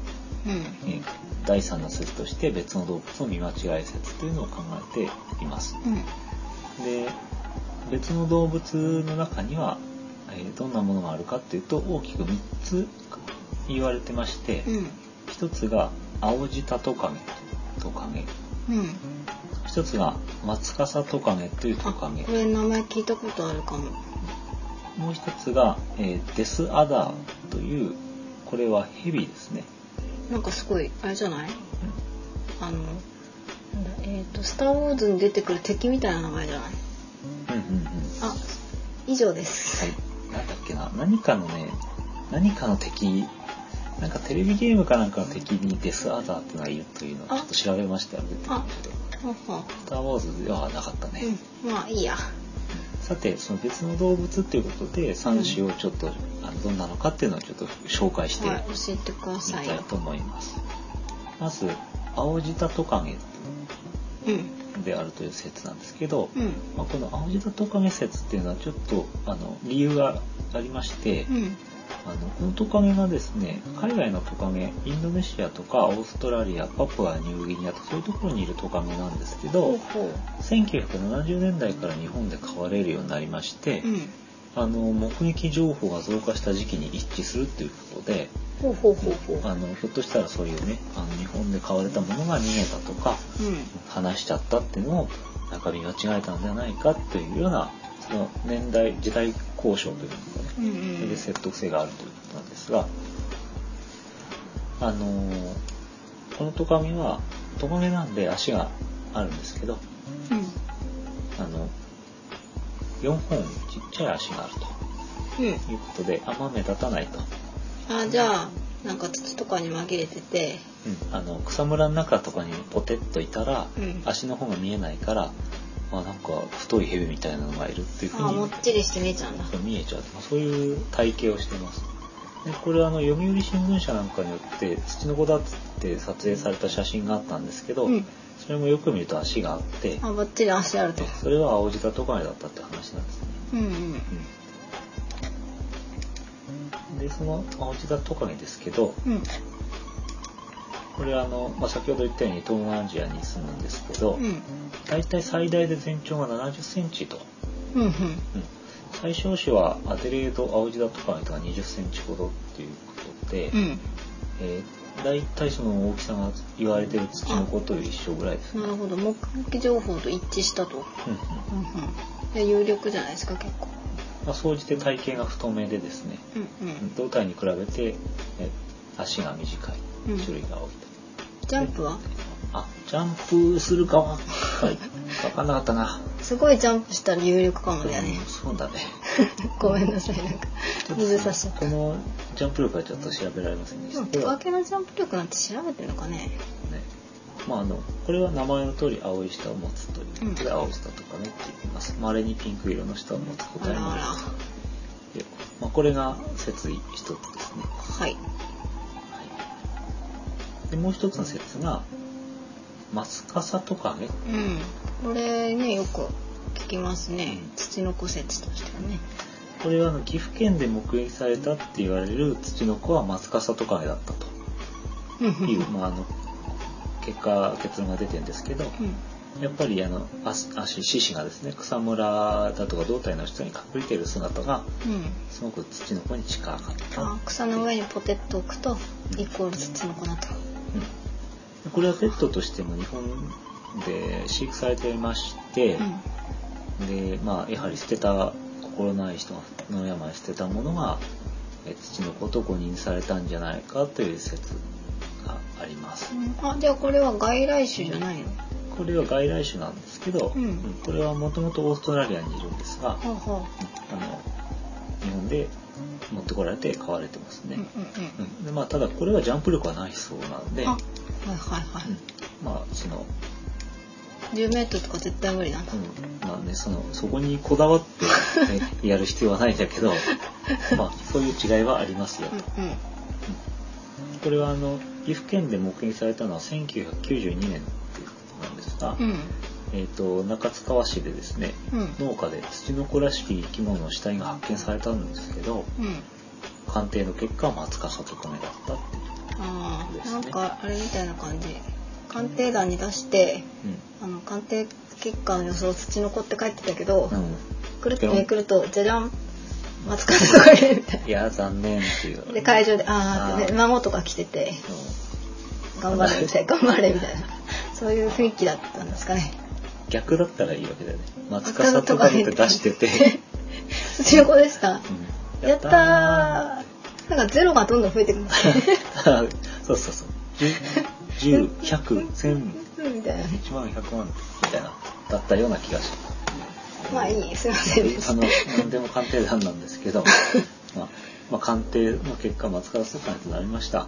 Speaker 2: う、うん、
Speaker 1: えー第3の説として別の動物の見間違い説というのを考えています。で別の動物の中には、えーどんなものがあるかっていうと大きく3つ言われてまして、
Speaker 2: うんうん
Speaker 1: 1つが青ジタトカゲトカゲ
Speaker 2: うん
Speaker 1: 1つがマツカサトカゲというト
Speaker 2: あ
Speaker 1: カゲ
Speaker 2: これ名前聞いたことあるかも
Speaker 1: もう1つが、えーデスアダーというこれはヘビですね、
Speaker 2: なんかすごいあれじゃない
Speaker 1: うん
Speaker 2: あのなんだえっ、と「スター・ウォーズ」に出てくる敵みたいな名前じゃない
Speaker 1: うんうんうん
Speaker 2: あ以上です
Speaker 1: はい、なんだっけな何かのね何かの敵なんかテレビゲームかなんかの敵にデスアダーってのがいるというのをちょっと調べましたよ出てきましたけど
Speaker 2: ほうほう
Speaker 1: スター・ウォーズではなかったね、
Speaker 2: うんまあいいや
Speaker 1: さてその別の動物っていうことで3種をちょっと、あのどんなのかっていうのをちょっと紹介して
Speaker 2: はい
Speaker 1: み
Speaker 2: 教えてください
Speaker 1: たいと思います、まずアオジタトカゲ
Speaker 2: うん
Speaker 1: であるという説なんですけど、
Speaker 2: うん
Speaker 1: まあ、このアオジタトカゲ説っていうのはちょっとあの理由がありまして、
Speaker 2: うん
Speaker 1: あのこのトカゲがですね海外のトカゲインドネシアとかオーストラリアパプアニューギニアとそういうところにいるトカゲなんですけ
Speaker 2: ほう
Speaker 1: ど
Speaker 2: ほ
Speaker 1: 1970年代から日本で飼われるようになりまして、
Speaker 2: ううん
Speaker 1: あの目撃情報が増加した時期に一致するということで
Speaker 2: ほうほうほうほ
Speaker 1: あのひょっとしたらそういうねあの日本で飼われたものが逃げたとか
Speaker 2: ううん
Speaker 1: 話しちゃったっていうのをなんか見間違えたんじゃないかというようなその年代時代交渉というのがね
Speaker 2: うん
Speaker 1: それで説得性があるということなんですが、あのーこのトカゲはトカゲなんで足があるんですけど
Speaker 2: うん
Speaker 1: あの4本ちっちゃい足がある
Speaker 2: うん
Speaker 1: ということであんま目立たないと、
Speaker 2: あじゃあなんか土とかに紛れてて
Speaker 1: あの草むらの中とかにポテッといたら、
Speaker 2: うん
Speaker 1: 足の方が見えないから、まあ、なんか太いヘビみたいなのがいるっていうふう
Speaker 2: あも
Speaker 1: に
Speaker 2: っちりして見えちゃうんだ
Speaker 1: 見えちゃうとかそういう体型をしてますでこれはあの読売新聞社なんかによって土の子だっつって撮影された写真があったんですけど、
Speaker 2: うん
Speaker 1: それもよく見ると足があって
Speaker 2: あばっちり足あると
Speaker 1: それは青ジタトカゲだったって話なんですね、
Speaker 2: うんうん
Speaker 1: でその青ジタトカゲですけど
Speaker 2: うん
Speaker 1: これはあの、まあ、先ほど言ったように東南アジアに住むんですけど、
Speaker 2: うん
Speaker 1: 大体最大で全長が7 0センチと
Speaker 2: うんうん
Speaker 1: うん最小子はアデレード青ジダとかの人が2 0センチほどっていうことで、
Speaker 2: うん
Speaker 1: えー、大体その大きさが言われてる土の子という一緒ぐらいですね。
Speaker 2: なるほど目撃情報と一致したと
Speaker 1: うんうん
Speaker 2: うんうんいや有力じゃないですか結構
Speaker 1: まあ、総じて体型が太めでですね、
Speaker 2: うんうん
Speaker 1: 胴体に比べて、え足が短い
Speaker 2: うん
Speaker 1: 種類が多いと。
Speaker 2: ジャンプは
Speaker 1: あ、ジャンプするか は、はい、分かんなかったな。
Speaker 2: すごいジャンプしたら有力かもだよね
Speaker 1: うんそうだね。
Speaker 2: ごめんなさいなんか水差しちゃっ
Speaker 1: このジャンプ力はちょっと調べられませんで
Speaker 2: たで
Speaker 1: し
Speaker 2: も
Speaker 1: た
Speaker 2: ト
Speaker 1: けど
Speaker 2: カゲのジャンプ力なんて調べてるのかね
Speaker 1: ね。まあ、あのこれは名前の通り青い舌を持つということで、青い舌とかねって言います。まれにピンク色の舌を持つ個
Speaker 2: あ
Speaker 1: 体
Speaker 2: ら
Speaker 1: も
Speaker 2: あ
Speaker 1: い
Speaker 2: ら
Speaker 1: ます。まあ、これが説一つですね、
Speaker 2: はい
Speaker 1: はい、でもう一つの説がマツカサトカゲ
Speaker 2: うんこれねよく聞きますね土の骨折としてはね
Speaker 1: これはあの岐阜県で目撃されたって言われるツチノコはマツカサトカゲだったと
Speaker 2: うんう
Speaker 1: いう、
Speaker 2: ん
Speaker 1: まあ、あの結果結論が出てるんですけど
Speaker 2: うん
Speaker 1: やっぱりあの足足獅子がですね草むらだとか胴体の下に隠れている姿が
Speaker 2: うん
Speaker 1: すごく土の子に近かった、うん
Speaker 2: あ草の上にポテッと置くとイコール土の粉と
Speaker 1: でこれはペットとしても日本で飼育されていまして、
Speaker 2: うん
Speaker 1: でまあやはり捨てた心ない人の山に捨てたものがえ土の子と誤認されたんじゃないかという説があります
Speaker 2: うんあじゃあこれは外来種じゃないの
Speaker 1: これは外来種なんですけど、
Speaker 2: うん
Speaker 1: うんこれはもともとオーストラリアにいるんですが、
Speaker 2: ほうほ
Speaker 1: あの日本で持ってこられて飼われてますね
Speaker 2: うんうん。う
Speaker 1: うんんでまあ、ただこれはジャンプ力はないそうなんで、
Speaker 2: あはいはいは
Speaker 1: うんまあその
Speaker 2: い。10メートルとか絶対無理なんだ。
Speaker 1: うん、まあねそのそこにこだわって ね、やる必要はないんだけど、 まあ、そういう違いはありますよ、
Speaker 2: うんうん。
Speaker 1: これはあの岐阜県で目撃されたのは1992年っていうことなんですが、
Speaker 2: うん
Speaker 1: えー、と中津川市でですね
Speaker 2: うん
Speaker 1: 農家で土の子らしき生き物の死体が発見されたんですけど
Speaker 2: うん。
Speaker 1: 鑑定の結果松笠とめだったっていう、
Speaker 2: あ
Speaker 1: です
Speaker 2: あ、
Speaker 1: ね
Speaker 2: なんかあれみたいな感じ。鑑定団に出して、あの鑑定結果の予想土の子って書いてたけど、
Speaker 1: うん
Speaker 2: くるっとめくるとじゃじゃん松風とかいるみたい
Speaker 1: いや残念っていう
Speaker 2: な。で会場であ
Speaker 1: あ
Speaker 2: あ
Speaker 1: ー
Speaker 2: ってね孫とか来てて
Speaker 1: うん
Speaker 2: 頑張れみたいな頑張れみたいなそういう雰囲気だったんですかね。
Speaker 1: 逆だったらいいわけだよね松笠とめって出してて、
Speaker 2: 土の子でした。
Speaker 1: うん
Speaker 2: やったー。
Speaker 1: ー
Speaker 2: なんかゼロがどんどん増えてくる。
Speaker 1: そうそうそう。10、10、100、1000、
Speaker 2: みたいなね。
Speaker 1: 1万、100万みたいな、だったような気がします。
Speaker 2: まあいい、すいませんでし
Speaker 1: あ
Speaker 2: た。
Speaker 1: の、何でも鑑定団なんですけ ど、まあ、まあ、鑑定の結果、松川さとかとなりました。
Speaker 2: がっ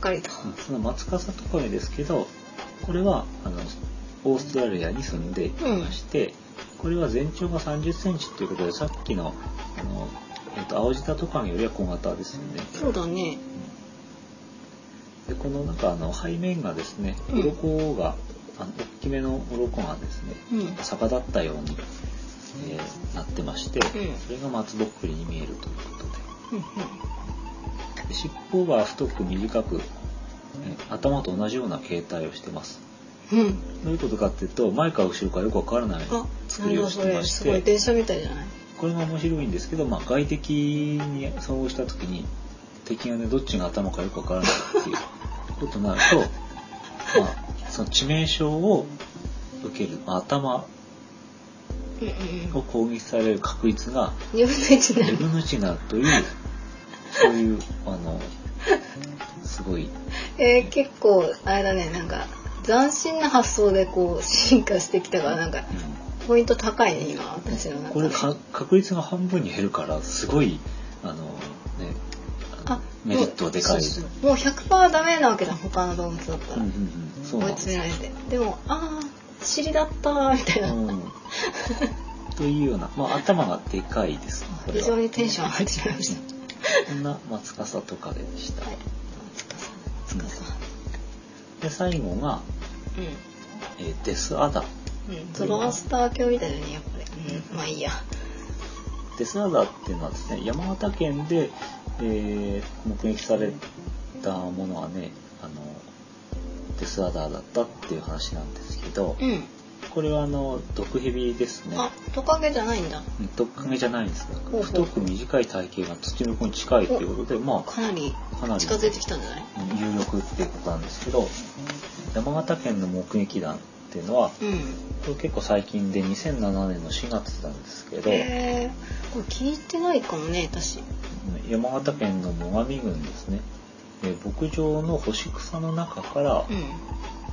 Speaker 2: かりと。
Speaker 1: うんその松川さとかですけど、これは、あの、オーストラリアに住んでいまして、これは全長が30センチということで、さっきの、あの、えっと、青じたトカゲよりは小型ですよね。
Speaker 2: そうだね。
Speaker 1: でこの中あの背面がですね
Speaker 2: うん
Speaker 1: 鱗が、あの大きめの鱗がですね
Speaker 2: うん。うん。
Speaker 1: 逆だったように、えーなってまして、
Speaker 2: ん
Speaker 1: それが松ぼっくりに見えるということ
Speaker 2: うん。
Speaker 1: でで尻尾が太く短く、えー頭と同じような形態をしてます
Speaker 2: うん。
Speaker 1: どういうことかっていうと前か後ろかよくわからない
Speaker 2: あ、
Speaker 1: 作
Speaker 2: なん
Speaker 1: りを
Speaker 2: だ
Speaker 1: し
Speaker 2: そ
Speaker 1: て
Speaker 2: れ。
Speaker 1: まし
Speaker 2: すごい
Speaker 1: て
Speaker 2: 電車みたいじゃない
Speaker 1: これが面白いんですけど、まあ、外敵に遭遇した時に敵がねどっちが頭かよくわからないっていうことになると、まあ、その致命傷を受ける、まあ、頭
Speaker 2: うんうん
Speaker 1: を
Speaker 2: うん。
Speaker 1: 攻撃される確率が
Speaker 2: 二分の一にな
Speaker 1: 自
Speaker 2: る。
Speaker 1: 分のになるというそういうあのすごい
Speaker 2: えー、結構、あれだね、なんか、斬新な発想でこう、進化してきたから、なんか、ポイント高いね、今、私の
Speaker 1: こ
Speaker 2: 中
Speaker 1: れ
Speaker 2: で。
Speaker 1: か確率が半分に減るからすごいあのねあのメリットはでかい。
Speaker 2: そうそうもう100%ダメなわけだ、他の動物だった
Speaker 1: うん
Speaker 2: ら。
Speaker 1: うんうんそう
Speaker 2: 追
Speaker 1: ないんです
Speaker 2: 詰められて。でも、あー、尻だったー、みたいな。
Speaker 1: うんというような、まあ、頭がでかいです。これ
Speaker 2: 非
Speaker 1: は
Speaker 2: 常にテンション上がってしまいました。
Speaker 1: こんな松笠トカゲでした。
Speaker 2: はい。つかさ、つかさ。
Speaker 1: で最後が、
Speaker 2: う
Speaker 1: えーデスアダ。
Speaker 2: ん。うん。ゾロアスター教みたいだね、やっぱり。うん。まあいいや。
Speaker 1: デスアダっていうのはですね山形県で、えー目撃されたものはねあのデスアダだったっていう話なんですけど
Speaker 2: うん。
Speaker 1: これはあの毒蛇ですね。
Speaker 2: あ、トカゲじゃないんだ。
Speaker 1: うん毒カゲじゃないんですが
Speaker 2: ほうほう
Speaker 1: 太く短い体型が土の子に近いということでま
Speaker 2: かなり
Speaker 1: あかなり
Speaker 2: 近づいてきたんじゃない
Speaker 1: 有力っていうことなんですけど山形県の目撃談っていうのは
Speaker 2: うん。
Speaker 1: これ結構最近で2007年の4月なんですけど、
Speaker 2: へえ。これ聞いてないかもね、私。
Speaker 1: 山形県の最上郡ですねえー牧場の干し草の中から
Speaker 2: う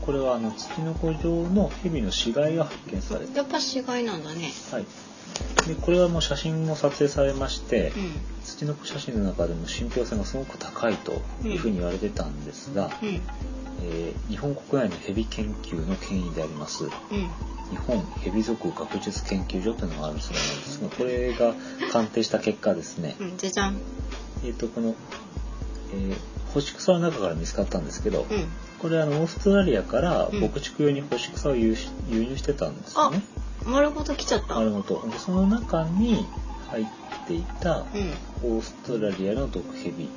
Speaker 1: これはあの土の子状の蛇の死骸が発見され
Speaker 2: ん。
Speaker 1: た、
Speaker 2: やっぱ死骸なんだね。
Speaker 1: はい、でこれはもう写真も撮影されまして
Speaker 2: う
Speaker 1: 土の子写真の中でも信憑性がすごく高いというふうに言われてたんですが、
Speaker 2: ん。うん。
Speaker 1: えー日本国内の蛇研究の権威であります
Speaker 2: うん。
Speaker 1: 日本蛇族学術研究所というのがあるそうなんですがこれが鑑定した結果ですね、
Speaker 2: うん。じゃじゃん。
Speaker 1: えっ、とこの、えー干し草の中から見つかったんですけど
Speaker 2: うん。
Speaker 1: これあのオーストラリアから
Speaker 2: うん
Speaker 1: 牧畜用に干し草を輸出輸入してたんですよね、
Speaker 2: 丸ごと来ちゃった。
Speaker 1: な
Speaker 2: うん。
Speaker 1: るほどでその中に入っていたオーストラリアの毒蛇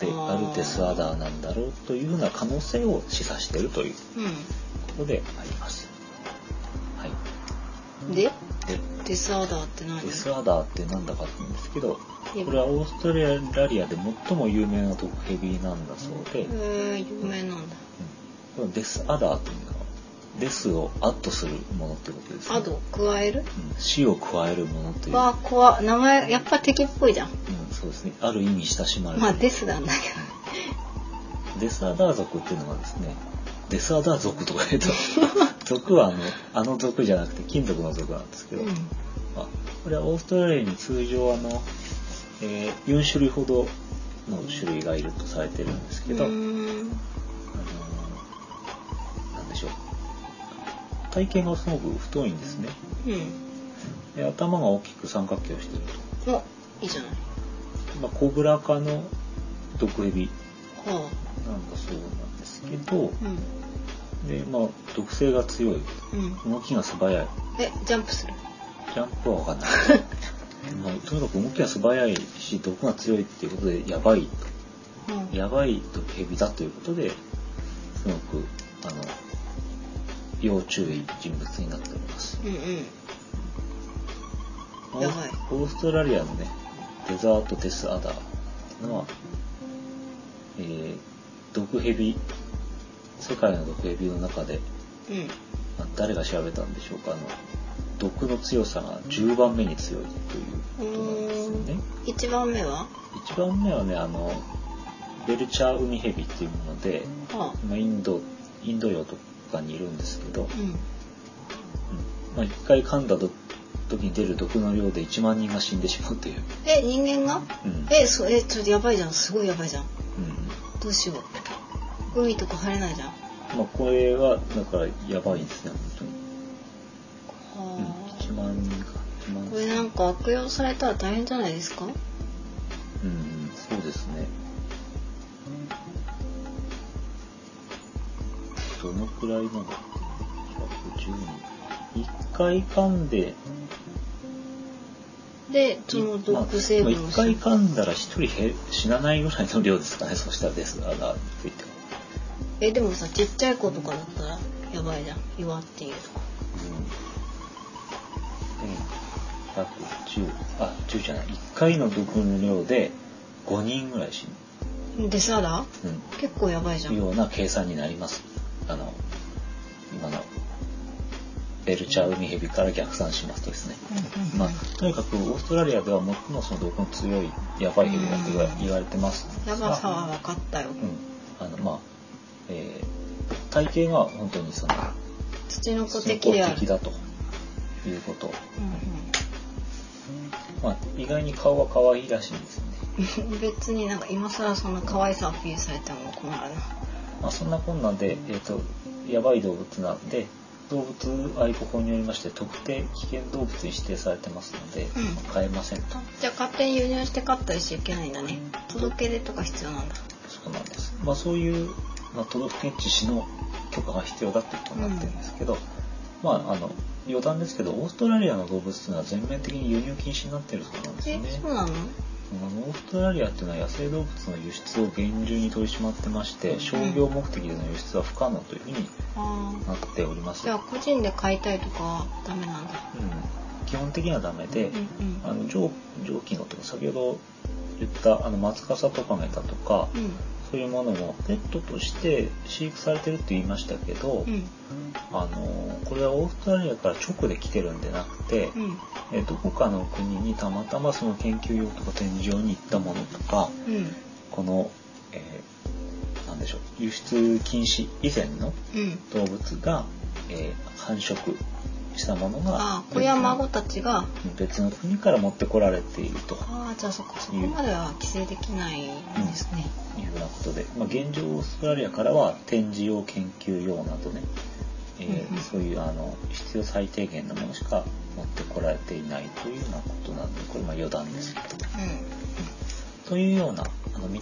Speaker 1: であ
Speaker 2: あー
Speaker 1: るデスアダーなんだろうというふうな可能性を示唆しているということであります。はい、
Speaker 2: うん。で、
Speaker 1: で
Speaker 2: デスアーダーって何
Speaker 1: デスアダーってなんだかって言うんですけど
Speaker 2: うん
Speaker 1: これはオーストラリアで最も有名な毒蛇なんだそうで、うん
Speaker 2: へえ、有名なんだ。
Speaker 1: このデスアダーっていうのはデスをアットするものってことですね。
Speaker 2: アド、加える
Speaker 1: うん死を加えるものという、
Speaker 2: わあ、怖っ名前、やっぱ敵っぽいじゃん。
Speaker 1: うん、そうですねある意味親しまれて
Speaker 2: まあ、
Speaker 1: いる
Speaker 2: デスなんだけど。
Speaker 1: デスアダー族っていうのはですねデスアダー族とか言う と族はあのあの族じゃなくて金属の族なんですけど、
Speaker 2: うん
Speaker 1: まあ、これはオーストラリアに通常あのえー4種類ほどの種類がいるとされてるんですけど、
Speaker 2: うー
Speaker 1: あ
Speaker 2: ん
Speaker 1: のーなんでしょう体型がすごく太いんですね
Speaker 2: うん
Speaker 1: で頭が大きく三角形をしている
Speaker 2: おいいじゃない
Speaker 1: と、まあ、コブラ科の毒蛇
Speaker 2: は
Speaker 1: なんだそうなんですけど
Speaker 2: あうん
Speaker 1: で、まあ、毒性が強い
Speaker 2: うん
Speaker 1: 動きが素早い
Speaker 2: えジャンプする
Speaker 1: ジャンプは分かんないまあ、とにかく動きが素早いし毒が強いっていうことでやばい
Speaker 2: うん
Speaker 1: やばい毒蛇だということですごくあの要注意人物になっております
Speaker 2: うんうん
Speaker 1: オ
Speaker 2: やばい
Speaker 1: ーストラリアのねデザート・デス・アダーっていうのは、えー毒蛇世界の毒蛇の中で
Speaker 2: うん
Speaker 1: まあ誰が調べたんでしょうかあの毒の強さが10番目に強いということなんですよね
Speaker 2: 一番目は
Speaker 1: 1番目はねあのベルチャーウミヘビっていうもので
Speaker 2: はあ
Speaker 1: まあインドインド洋とかにいるんですけど、
Speaker 2: うん
Speaker 1: まあ、1回噛んだど時に出る毒の量で1万人が死んでしまうという、
Speaker 2: え人間が
Speaker 1: うんうん
Speaker 2: えそうえちょっとやばいじゃんすごいやばいじゃんどうしよう海とか入れないじゃんは
Speaker 1: まあ、これはだからやばいですね本当に、うん、1
Speaker 2: あ
Speaker 1: 万人か1万
Speaker 2: これなんか悪用されたら大変じゃないですか
Speaker 1: うんうんそうですねどのくらいなの110人1回噛んで
Speaker 2: でその毒成分を
Speaker 1: 1
Speaker 2: 知る
Speaker 1: 回噛んだら1人へ死なないぐらいの量ですかね そしたらですあらって言っても
Speaker 2: えでもさちっちゃい子とかだったらやばいじゃん弱っていうとか
Speaker 1: うん1110あ10じゃない1回の毒の量で5人ぐらい死
Speaker 2: でさら
Speaker 1: ぬ、
Speaker 2: 結構やばいじゃ
Speaker 1: うんん、ような計算になりますあの今のベルチャーウミヘビから逆算しますとですね、まあ、とにかくオーストラリアでは最もその毒の強いやばいヘビだと言わ言われてます
Speaker 2: やばさは分かったよ
Speaker 1: うん、あのまあ、えー体型が本当にその
Speaker 2: 土の子
Speaker 1: 人
Speaker 2: 的
Speaker 1: 工
Speaker 2: である
Speaker 1: 的だということ、
Speaker 2: う
Speaker 1: まあ、意外に顔は可愛いらしいんですよね、
Speaker 2: んうん別になんか今更そんな可愛さアピールされても困るな
Speaker 1: まあ、そんなこんなで、えー、とやばい動物なんで動物愛護法によりまして特定危険動物に指定されてますので、
Speaker 2: ん
Speaker 1: 飼えませんと
Speaker 2: じゃあ勝手に輸入して買ったりしちゃいけないんだね届け出とか必要なんだ
Speaker 1: そうなんです、まあ、そういう、まあ、都道府県知事の許可が必要だってことになってるんですけど、まああの余談ですけどオーストラリアの動物っていうのは全面的に輸入禁止になってるそうなんです
Speaker 2: え
Speaker 1: ね。
Speaker 2: そうなの
Speaker 1: あのオーストラリアっていうのは野生動物の輸出を厳重に取り締まってまして商業目的での輸出は不可能というふうに
Speaker 2: あー
Speaker 1: なっております、
Speaker 2: じゃあ個人で買いたいとかはダメなんだ
Speaker 1: うん、基本的にはダメで
Speaker 2: う、ん
Speaker 1: あの蒸蒸気のとか先ほど言ったあのマツカサトカゲだとか、
Speaker 2: うんうん
Speaker 1: そういうものもペットとして飼育されてるって言いましたけど、
Speaker 2: うん
Speaker 1: あのこれはオーストラリアから直で来てるんでなくて、
Speaker 2: うん
Speaker 1: えどこかの国にたまたまその研究用とか展示用に行ったものとか
Speaker 2: うん
Speaker 1: この、えーなんでしょう輸出禁止以前の
Speaker 2: うん
Speaker 1: 動物が、えー繁殖したものが
Speaker 2: あーこれは孫たちが
Speaker 1: 別の国から持ってこられていると
Speaker 2: ああじゃあそっかそこまでは規制できないんですね
Speaker 1: いうようなことで、まあ、現状オーストラリアからは展示用研究用などね、えー
Speaker 2: うんうん
Speaker 1: そういうあの必要最低限のものしか持ってこられていないというようなことなんでこれまあ余談ですけど。というようなあの、み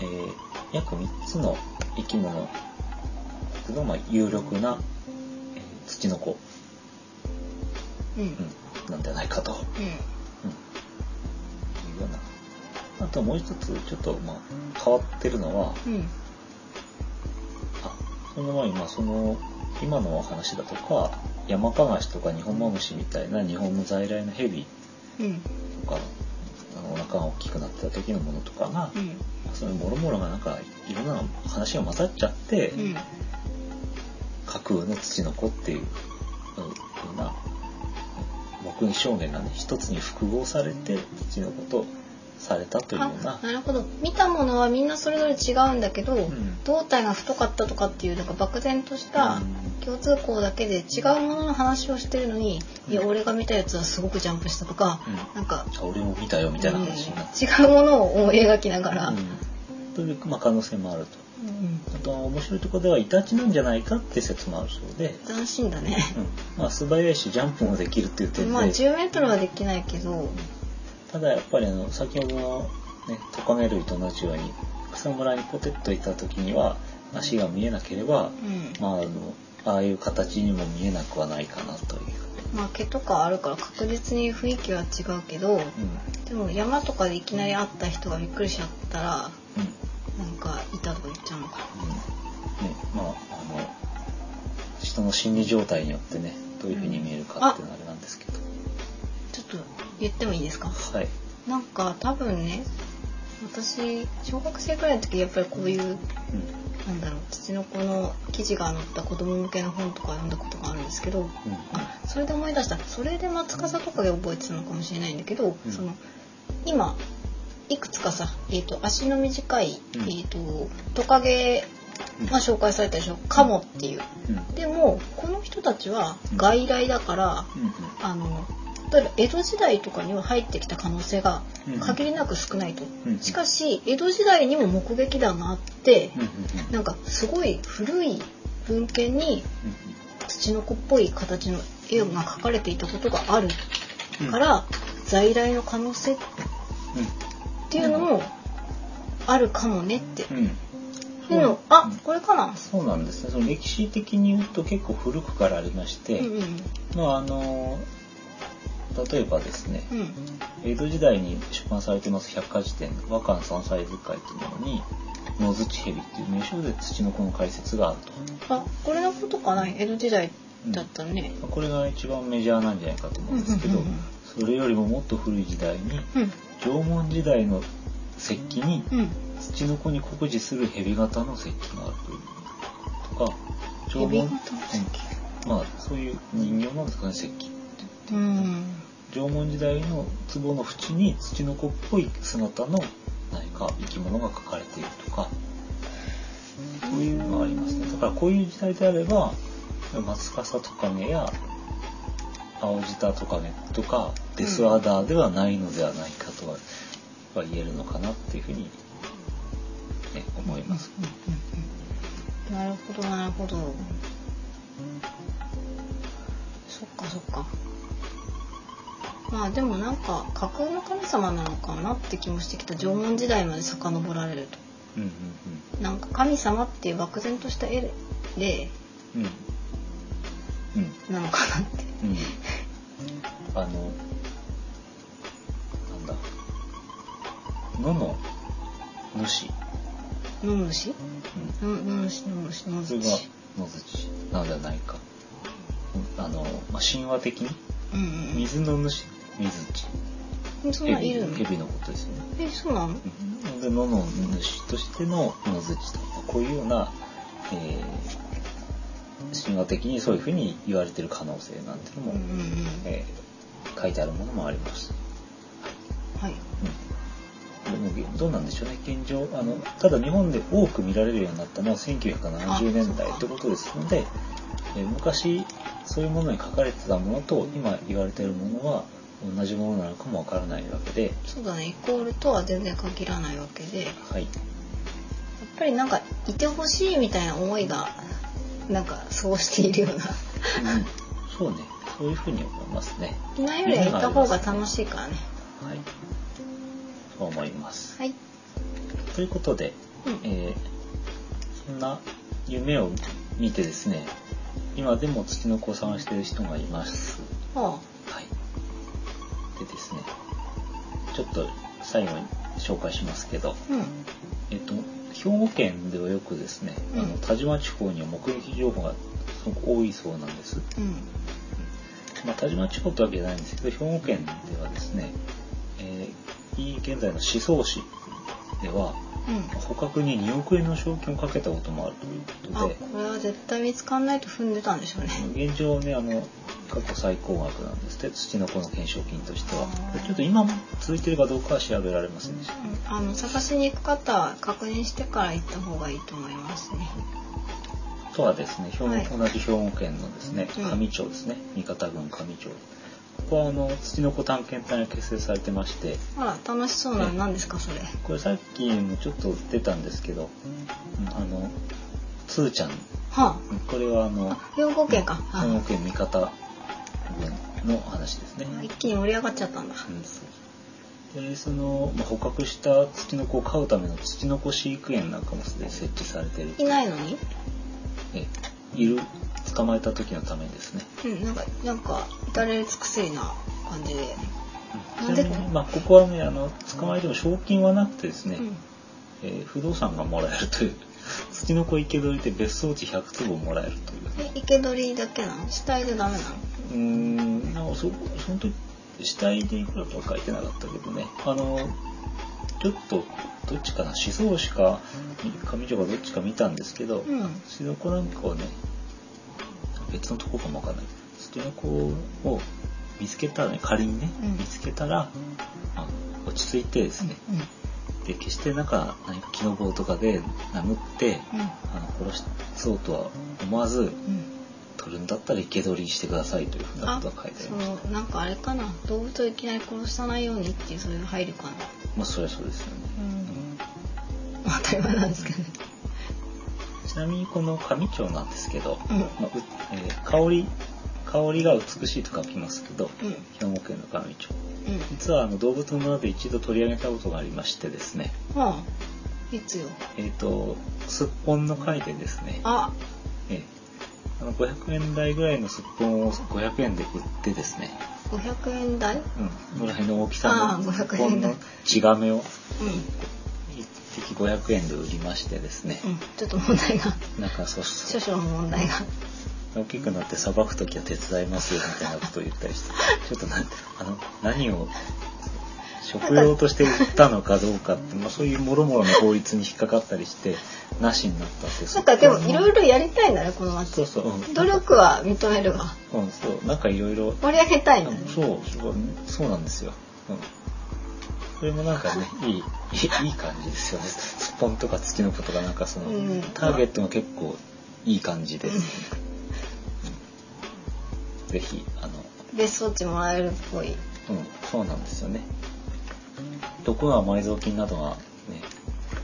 Speaker 1: えー約3つの生き物の、まあ、有力な、えー土の子、
Speaker 2: うんうん
Speaker 1: うん、なんじゃないかと。
Speaker 2: う
Speaker 1: うんいうようなあともう一つちょっとまあ変わってるのは
Speaker 2: んうん
Speaker 1: あその前にまあその今のお話だとかヤマカガシとかニホンマムシみたいな日本の在来のヘビ
Speaker 2: うん
Speaker 1: とかあのお腹が大きくなってた時のものとかが、
Speaker 2: うん
Speaker 1: そのもろもろがなんかいろんな話が混ざっちゃって、
Speaker 2: うん
Speaker 1: 架空の土の子っていうような目撃証言がね一つに複合されて土の子とされたというような
Speaker 2: あなるほど見たものはみんなそれぞれ違うんだけど、
Speaker 1: ん
Speaker 2: 胴体が太かったとかっていうなんか漠然とした
Speaker 1: うん
Speaker 2: 共通項だけで違うものの話をしてるのに、いや俺が見たやつはすごくジャンプしたとか、
Speaker 1: うん
Speaker 2: なんか、
Speaker 1: 俺も見たよみたいな話になって、
Speaker 2: うん違うものを思い描きながら、
Speaker 1: う
Speaker 2: うんん
Speaker 1: という、まあ、可能性もあるとあとは面白いところではイタチなんじゃないかって説もあるそうで、
Speaker 2: 斬新だね。
Speaker 1: うんまあ、素早いしジャンプもできるっていう点で、
Speaker 2: まあ10メートルはできないけど、
Speaker 1: ただやっぱりあの先ほどの、ね、トカゲ類と同じように草むらにポテッといた時には足が見えなければ、
Speaker 2: うん、
Speaker 1: まあ、あのああいう形にも見えなくはないかなという。
Speaker 2: まあ毛とかあるから確実に雰囲気は違うけど、
Speaker 1: うん
Speaker 2: でも山とかでいきなり会った人がびっくりしちゃったら、
Speaker 1: うん
Speaker 2: なんか板とか言っちゃうのかな。
Speaker 1: うんねまあ、あの人の心理状態によってねどういうふうに見えるかっていうのはあれなんですけど、
Speaker 2: ちょっと言ってもいいですか
Speaker 1: はい、
Speaker 2: なんか多分ね私小学生くらいの時やっぱりこういう
Speaker 1: うん
Speaker 2: なんだろうツチノコの記事が載った子供向けの本とか読んだことがあるんですけど
Speaker 1: うん
Speaker 2: あそれで思い出したそれで松笠とかで覚えてたのかもしれないんだけど、
Speaker 1: うん
Speaker 2: その今いくつかさ、えー、と足の短い、
Speaker 1: うん
Speaker 2: えー、とトカゲが紹介されたでしょカモっていう。
Speaker 1: うん
Speaker 2: でもこの人たちは外来だから、
Speaker 1: うん
Speaker 2: あの例えば江戸時代とかには入ってきた可能性が
Speaker 1: うん
Speaker 2: 限りなく少ないと、
Speaker 1: うん
Speaker 2: しかし江戸時代にも目撃談があって、
Speaker 1: うんうんうん
Speaker 2: なんかすごい古い文献に土の子っぽい形の絵が描かれていたことがある
Speaker 1: うん
Speaker 2: から、在来の可能性っ
Speaker 1: う
Speaker 2: ていうのもあるかもねって、
Speaker 1: んうん
Speaker 2: っていうのをあこれかな、
Speaker 1: そうなんですねその歴史的に言うと結構古くからありまして、
Speaker 2: うんうん
Speaker 1: まああの例えばですね
Speaker 2: うん
Speaker 1: 江戸時代に出版されてます百科事典「和漢三才図解」というものに「野槌蛇」っていう名称で土の子の解説があると。
Speaker 2: あこれのことかな江戸時代だったね、
Speaker 1: まあこれが一番メジャーなんじゃないかと思うんですけ
Speaker 2: う
Speaker 1: ど
Speaker 2: んうんうん
Speaker 1: それよりももっと古い時代に
Speaker 2: うん
Speaker 1: 縄文時代の石器に
Speaker 2: うん
Speaker 1: 土の子に酷似する蛇型の石器があるというとか縄文
Speaker 2: 蛇型の石器
Speaker 1: うんまあそういう人形なんですかね石器
Speaker 2: うん
Speaker 1: 縄文時代の壺の縁に土の子っぽい姿の何か生き物が描かれているとかそういうのがありますねだからこういう時代であれば松笠トカゲや青舌トカゲとかデスアダーではないのではないかとはは言えるのかなっていうふうに、ね、思います。
Speaker 2: うんうんうんなるほどなるほど。そっかそっか。まあでもなんか架空の神様なのかなって気もしてきた縄文時代まで遡られると
Speaker 1: うんうん
Speaker 2: なんか神様っていう漠然とした絵で
Speaker 1: うんうんうん
Speaker 2: なのかなって
Speaker 1: うん、あのなんだ野の主、
Speaker 2: 野々主
Speaker 1: う
Speaker 2: 野々主野々主野
Speaker 1: ん、
Speaker 2: 々
Speaker 1: それが
Speaker 2: 主
Speaker 1: 野槌なんじゃないか、うんあの、まあ、神話的に
Speaker 2: うんうん
Speaker 1: 水の主水地
Speaker 2: えそんなんいるの
Speaker 1: 蛇蛇のことですよね、
Speaker 2: えそうな
Speaker 1: う
Speaker 2: の
Speaker 1: ん、で野の主としての野槌とこういうような、えー神話的にそういうふうに言われてる可能性なんていうの
Speaker 2: う
Speaker 1: も、
Speaker 2: んうんうん
Speaker 1: えー書いてあるものもあります。
Speaker 2: はい
Speaker 1: うんでもどうなんでしょうね現状あのただ日本で多く見られるようになったのは1970年代ってことですので、えー昔そういうものに書かれてたものと今言われてるものは同じものなのかもわからないわけで、
Speaker 2: そうだねイコールとは全然限らないわけで
Speaker 1: はい、
Speaker 2: やっぱりなんかいてほしいみたいな思いがなんかそうしているような
Speaker 1: そうねそういうふうに思いますね。
Speaker 2: いないよりはいた方が楽しいからね
Speaker 1: はい、そう思います。
Speaker 2: はい
Speaker 1: ということで、
Speaker 2: うん
Speaker 1: えーそんな夢を見てですね今でも土の子を探している人がいます
Speaker 2: あ
Speaker 1: はいでですねちょっと最後に紹介しますけど
Speaker 2: あうん
Speaker 1: えっと兵庫県ではよくですね、
Speaker 2: うん
Speaker 1: あの田島地方には目撃情報がすごく多いそうなんです、
Speaker 2: うん
Speaker 1: まあ、田島地方ってわけじゃないんですけど兵庫県ではですね、えー現在の宍粟市では
Speaker 2: うん
Speaker 1: 捕獲に2億円の賞金をかけたこともあるというこ
Speaker 2: あ
Speaker 1: とで
Speaker 2: これは絶対見つかんないと踏んでたんでしょうね
Speaker 1: 現状ねあの過去最高額なんですって土の子の懸賞金としては
Speaker 2: あー
Speaker 1: ちょっと今も続いてるかどうかは調べられませんでした
Speaker 2: うんあの探しに行く方は確認してから行った方がいいと思いますね
Speaker 1: とはですね、兵庫
Speaker 2: はい
Speaker 1: 同じ兵庫県のですね、
Speaker 2: うん
Speaker 1: 上町ですね、三方郡上町。ここはあの土の子探検隊が結成されてまして、
Speaker 2: あら楽しそうなの何ですかそれ
Speaker 1: これさっきもちょっと出たんですけど、うんあのつーちゃん、
Speaker 2: は
Speaker 1: これはあの
Speaker 2: ああ兵庫県か
Speaker 1: 兵庫
Speaker 2: あ
Speaker 1: 県三方郡の話ですね。
Speaker 2: 一気に盛り上がっちゃったんだ
Speaker 1: うんそうでその、まあ、捕獲したツチノコを飼うためのツチノコ飼育園なんかもすでに設置されてる
Speaker 2: いないのに
Speaker 1: えいる捕まえた時のためですね、
Speaker 2: うんなんかなんか至れり尽くせりな感じで
Speaker 1: うん
Speaker 2: なん
Speaker 1: ち
Speaker 2: で
Speaker 1: なみに、まあ、ここはねあの捕まえても賞金はなくてですね、
Speaker 2: うん
Speaker 1: えー不動産がもらえるというツチノコ生け捕りで別荘地100坪もらえるという
Speaker 2: え生け捕りだけなの死体じゃダメなの
Speaker 1: うーんなんかそその時死体でいくらとは書いてなかったけどねあのちょっとどっちかな思想しか上条がどっちか見たんですけど、
Speaker 2: うん
Speaker 1: ツチノコなんかはね別のとこかもわかんないツチノコを見つけたらね仮にね、
Speaker 2: うん
Speaker 1: 見つけたら、あの落ち着いてですね、で決してなんか何か木の棒とかで殴って、
Speaker 2: うんうん
Speaker 1: あの殺しそうとは思わず、
Speaker 2: うん
Speaker 1: 取るんだったら生け捕りしてくださいというふうな
Speaker 2: あ
Speaker 1: ことが書いてあり
Speaker 2: そ
Speaker 1: ます。
Speaker 2: のなんかあれかな動物をいきなり殺さないようにっていうそういう配慮かな
Speaker 1: まあそりゃそうですよね。
Speaker 2: うん当たり前なんですけどね
Speaker 1: ちなみにこの上町なんですけど、
Speaker 2: うん
Speaker 1: まあうえー香り香りが美しいと書きますけど、
Speaker 2: うん
Speaker 1: 兵庫県の上町。
Speaker 2: うん
Speaker 1: 実はあの動物の村で一度取り上げたことがありましてですね、
Speaker 2: まあいつよ
Speaker 1: えっ、とすっぽんの回でですね、
Speaker 2: あ
Speaker 1: えーあの500円台ぐらいのすっぽんを500円で売ってですね、
Speaker 2: 500円台うん
Speaker 1: うん、この辺の大きさ
Speaker 2: あ
Speaker 1: の
Speaker 2: ー
Speaker 1: すっ
Speaker 2: 500
Speaker 1: ぽん
Speaker 2: 円
Speaker 1: の
Speaker 2: だ
Speaker 1: 地亀を一匹500円で売りましてですね、
Speaker 2: うんちょっと問題が
Speaker 1: なんかそうそう
Speaker 2: 少々の問題が
Speaker 1: 大きくなってさばく時は手伝いますよみたいなことを言ったり してちょっとなんあの何を食用として売ったのかどうかって、まあ、そういうもろもろの法律に引っかかったりしてなしになったって
Speaker 2: なんかでもいろ
Speaker 1: い
Speaker 2: いろやりたいんだねこの町
Speaker 1: そうそう、うん、
Speaker 2: 努力は認めるわ
Speaker 1: うんそうなんかいろいろ
Speaker 2: 盛り上げたいんだね
Speaker 1: そうそうそうなんですよ、うん、それもなん かねいいいいいい感じですよねスポンとか月の子とかなんかその、
Speaker 2: うん
Speaker 1: ターゲットも結構いい感じです、ぜひあの
Speaker 2: 別荘地もらえるっぽ
Speaker 1: う
Speaker 2: い
Speaker 1: んそうなんですよねところが埋蔵金などがね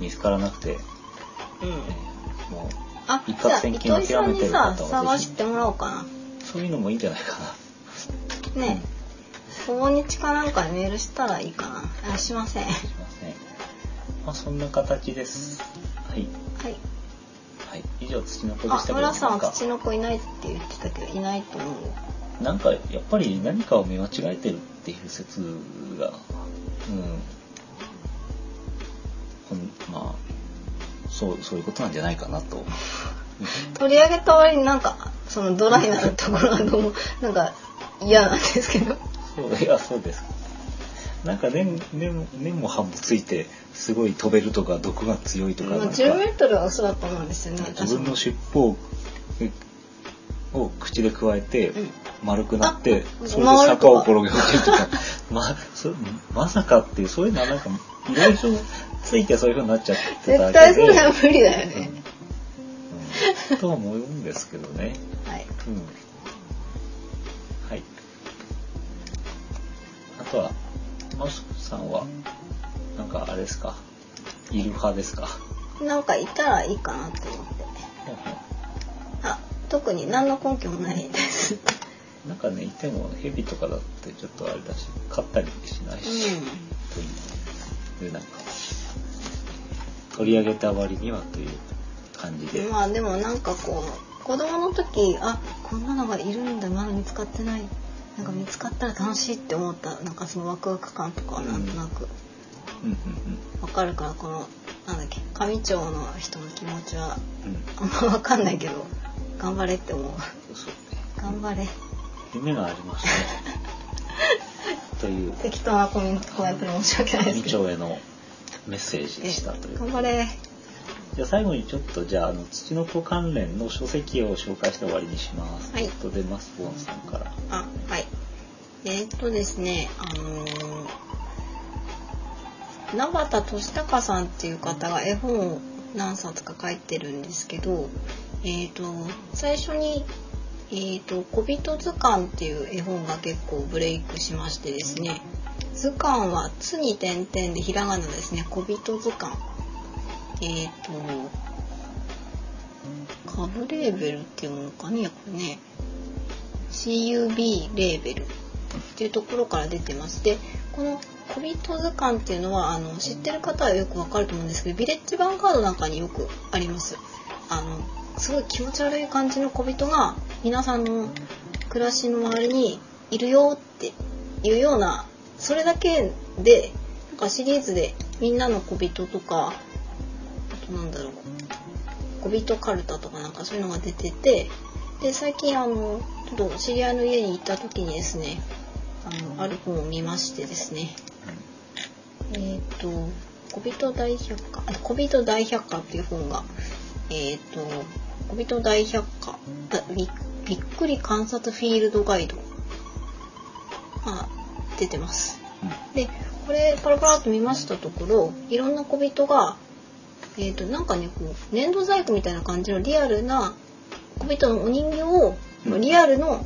Speaker 1: 見つからなくて、ね
Speaker 2: うん
Speaker 1: も
Speaker 2: あ
Speaker 1: 一
Speaker 2: じゃあ
Speaker 1: 攫千
Speaker 2: 糸
Speaker 1: 金を
Speaker 2: 井さん
Speaker 1: 極めて
Speaker 2: に
Speaker 1: る方は
Speaker 2: さ
Speaker 1: ぜひ
Speaker 2: 探してもらおうかな
Speaker 1: うそういうのもいいんじゃないかな
Speaker 2: ね訪日かなんかにメールしたらいいかなあしませんは
Speaker 1: すいませんまあそんな形ですはい
Speaker 2: い
Speaker 1: はい以上土の子で
Speaker 2: あ
Speaker 1: したけど
Speaker 2: 村さん
Speaker 1: なん
Speaker 2: は
Speaker 1: か
Speaker 2: 口の子いないって言ってたけどいないと思う
Speaker 1: なんかやっぱり何かを見間違えてるっていう説が、うん、ほんまあそうそういうことなんじゃないかなと。
Speaker 2: 取り上げた割になんかそのドライなところがどうも なんか嫌なんですけど
Speaker 1: そういやそうです。なんか年年年も半もついてすごい飛べるとか毒が強いとか
Speaker 2: ま
Speaker 1: な
Speaker 2: あ
Speaker 1: んか
Speaker 2: 10メートルは嘘だと思うんですよね
Speaker 1: 自分の尻尾をえを口でくわえて
Speaker 2: うん
Speaker 1: 丸くなって、
Speaker 2: あ
Speaker 1: それで坂を転げ落ちるとか まそまさかっていうそういうのはなんかいろいろついてそういうふうになっちゃってただけ
Speaker 2: 絶対そ
Speaker 1: で
Speaker 2: れは無理だよね、
Speaker 1: うんとは思うんですけどね。
Speaker 2: はい
Speaker 1: うん、はい。あとは、マスクさんは、なんかあれですか、いる派ですか。
Speaker 2: なんかいたらいいかなと思ってあ特に何の根拠もないです
Speaker 1: なんかね、いても、ヘビとかだってちょっとあれだし、飼ったりしないし、
Speaker 2: う
Speaker 1: という、でなんか、取り上げた割にはという感じで
Speaker 2: ん、まあでもなんかこう子供の時あこんなのがいるんだまだ見つかってないなんか見つかったら楽しいって思ったなんかそのワクワク感とかはなんとなく
Speaker 1: うんうん
Speaker 2: わかるからこのなんだっけ上町の人の気持ちは
Speaker 1: うん。うん。
Speaker 2: あんまわかんないけど頑張れって思う
Speaker 1: そうね。
Speaker 2: 頑張れ
Speaker 1: 夢がありましたね。と いう、
Speaker 2: 適当なコメントコメントで申し訳ないです
Speaker 1: 二
Speaker 2: けど
Speaker 1: 丁へのメッセージでしたという。
Speaker 2: 頑張れ
Speaker 1: じゃあ最後にちょっとじゃああの土の子関連の書籍を紹介して終わりにします。
Speaker 2: は
Speaker 1: ち
Speaker 2: い
Speaker 1: ょっと出ますボンさんから。
Speaker 2: あはいえー、っとですねあのー、名畑俊孝さんっていう方が絵本を何冊か書いてるんですけど、えー、と最初に「えー、と小人図鑑」っていう絵本が結構ブレイクしましてですね図鑑は「つ」に点々でひらがなですね小人図鑑えっ、とカブレーベルっていうのかねこれね CUB レーベルっていうところから出てますでこの小人図鑑っていうのはあの知ってる方はよくわかると思うんですけどビレッジヴァンガードなんかによくありますあのすごい気持ち悪い感じの小人が皆さんの暮らしの周りにいるよっていうようなそれだけでなんかシリーズで「みんなの小人」とかあとなんだろう小人カルタとかなんかそういうのが出ててで最近あのちょっと知り合いの家に行った時にですねあのある本を見ましてですねえっ、と「小人大百科」あ「小人大百科」っていう本がえっ、と「小人大百科だびびっくり観察フィールドガイド」が出てます。でこれパラパラっと見ましたところいろんな小人がえー、となんかねこう粘土細工みたいな感じのリアルな小人のお人形を
Speaker 1: うん
Speaker 2: リアルの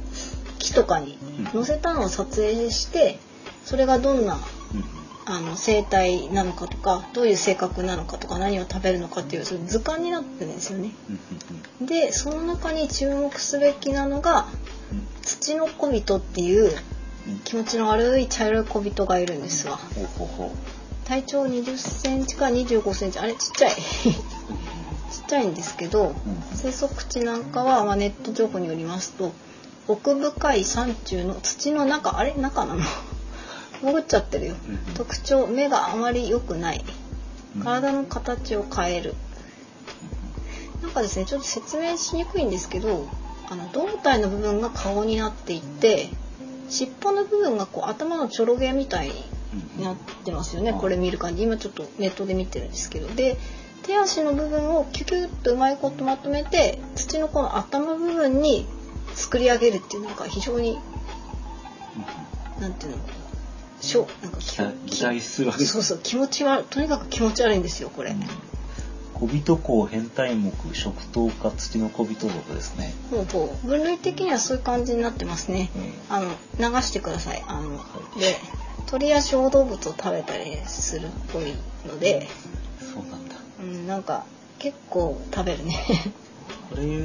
Speaker 2: 木とかに
Speaker 1: うん
Speaker 2: 載せたのを撮影してそれがどんな
Speaker 1: うん
Speaker 2: あの生態なのかとかどういう性格なのかとか何を食べるのかっていうそういう図鑑になってるんですよね。
Speaker 1: うん
Speaker 2: でその中に注目すべきなのが
Speaker 1: うんうん
Speaker 2: 土の小人っていう
Speaker 1: うん
Speaker 2: 気持ちの悪い茶色い小人がいるんですわ。
Speaker 1: ほうほうほ
Speaker 2: 体長20センチから25センチあれちっちゃい ちっちゃいんですけ
Speaker 1: う
Speaker 2: ど
Speaker 1: ん
Speaker 2: 生息地なんかは、まあ、ネット情報によりますと奥深い山中の土の中あれ中なの 潜っちゃってるよ
Speaker 1: うんうん
Speaker 2: 特徴目があまり良くない
Speaker 1: うん
Speaker 2: 体の形を変えるなんかですねちょっと説明しにくいんですけどあの胴体の部分が顔になっていて尻尾の部分がこう頭のちょろげみたいに
Speaker 1: うん
Speaker 2: なってますよね
Speaker 1: うん
Speaker 2: これ見る感じ今ちょっとネットで見てるんですけどで手足の部分をキュキュッとうまいことまとめて土のこの頭部分に作り上げるっていうなんか非常になんていうのしょなんかき
Speaker 1: 期待期待するわけ
Speaker 2: そうそう気持ちはとにかく気持ち悪いんですよこれ、
Speaker 1: 小人公変態目食頭家土の小人族ですね、
Speaker 2: ほうほう分類的にはそういう感じになってますね
Speaker 1: うん
Speaker 2: あの流してくださいあの、
Speaker 1: はい
Speaker 2: で鳥や小動物を食べたりするっぽいので、
Speaker 1: そうなんだ
Speaker 2: うん、なんか結構食べるね
Speaker 1: これを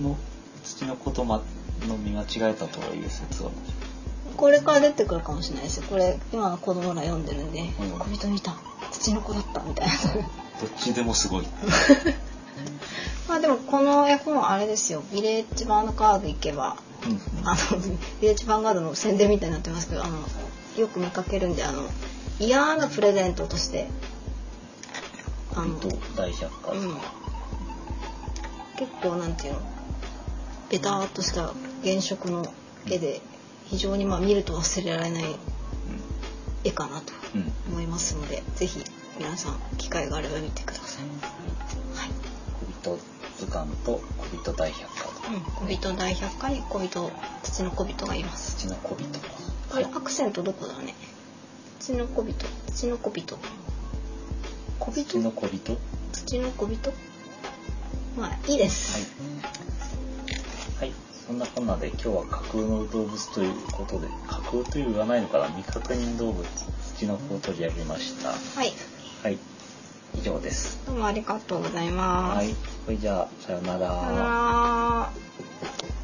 Speaker 1: の土の子とまの実が違えたという説は
Speaker 2: これから出てくるかもしれないですよこれ今の子供ら読んでるんで「
Speaker 1: うん
Speaker 2: 小人見た土の子だった」みたいな
Speaker 1: どっちでもすごい
Speaker 2: まあでもこの絵本はあれですよビレッジバーのカード行けば
Speaker 1: うんうん
Speaker 2: あの ビレッジヴァンガードの宣伝みたいになってますけどあのよく見かけるんであの嫌なプレゼントとしてあの、
Speaker 1: 小人大百科、
Speaker 2: うん、結構なんていうのベターっとした原色の絵で非常にまあ見ると忘れられない絵かなと
Speaker 1: うん
Speaker 2: 思いますのでぜひ皆さん機会があれば見てください。はい
Speaker 1: 小人図鑑と小人大百科と
Speaker 2: うん、小人大百科に小人土の小人がいます。
Speaker 1: 土の小人
Speaker 2: これアクセントどこだね。土の小人、土の小人。小
Speaker 1: 土の
Speaker 2: 人、
Speaker 1: 小人は
Speaker 2: 土の小人。まあいいです。
Speaker 1: いはいそんなこんなで今日は架空の動物ということで架空という言わないのかな未確認動物土の子を取り上げました
Speaker 2: はい、
Speaker 1: はい以上です
Speaker 2: どうもありがとうございます。
Speaker 1: はいそれじゃあさような
Speaker 2: さよなら。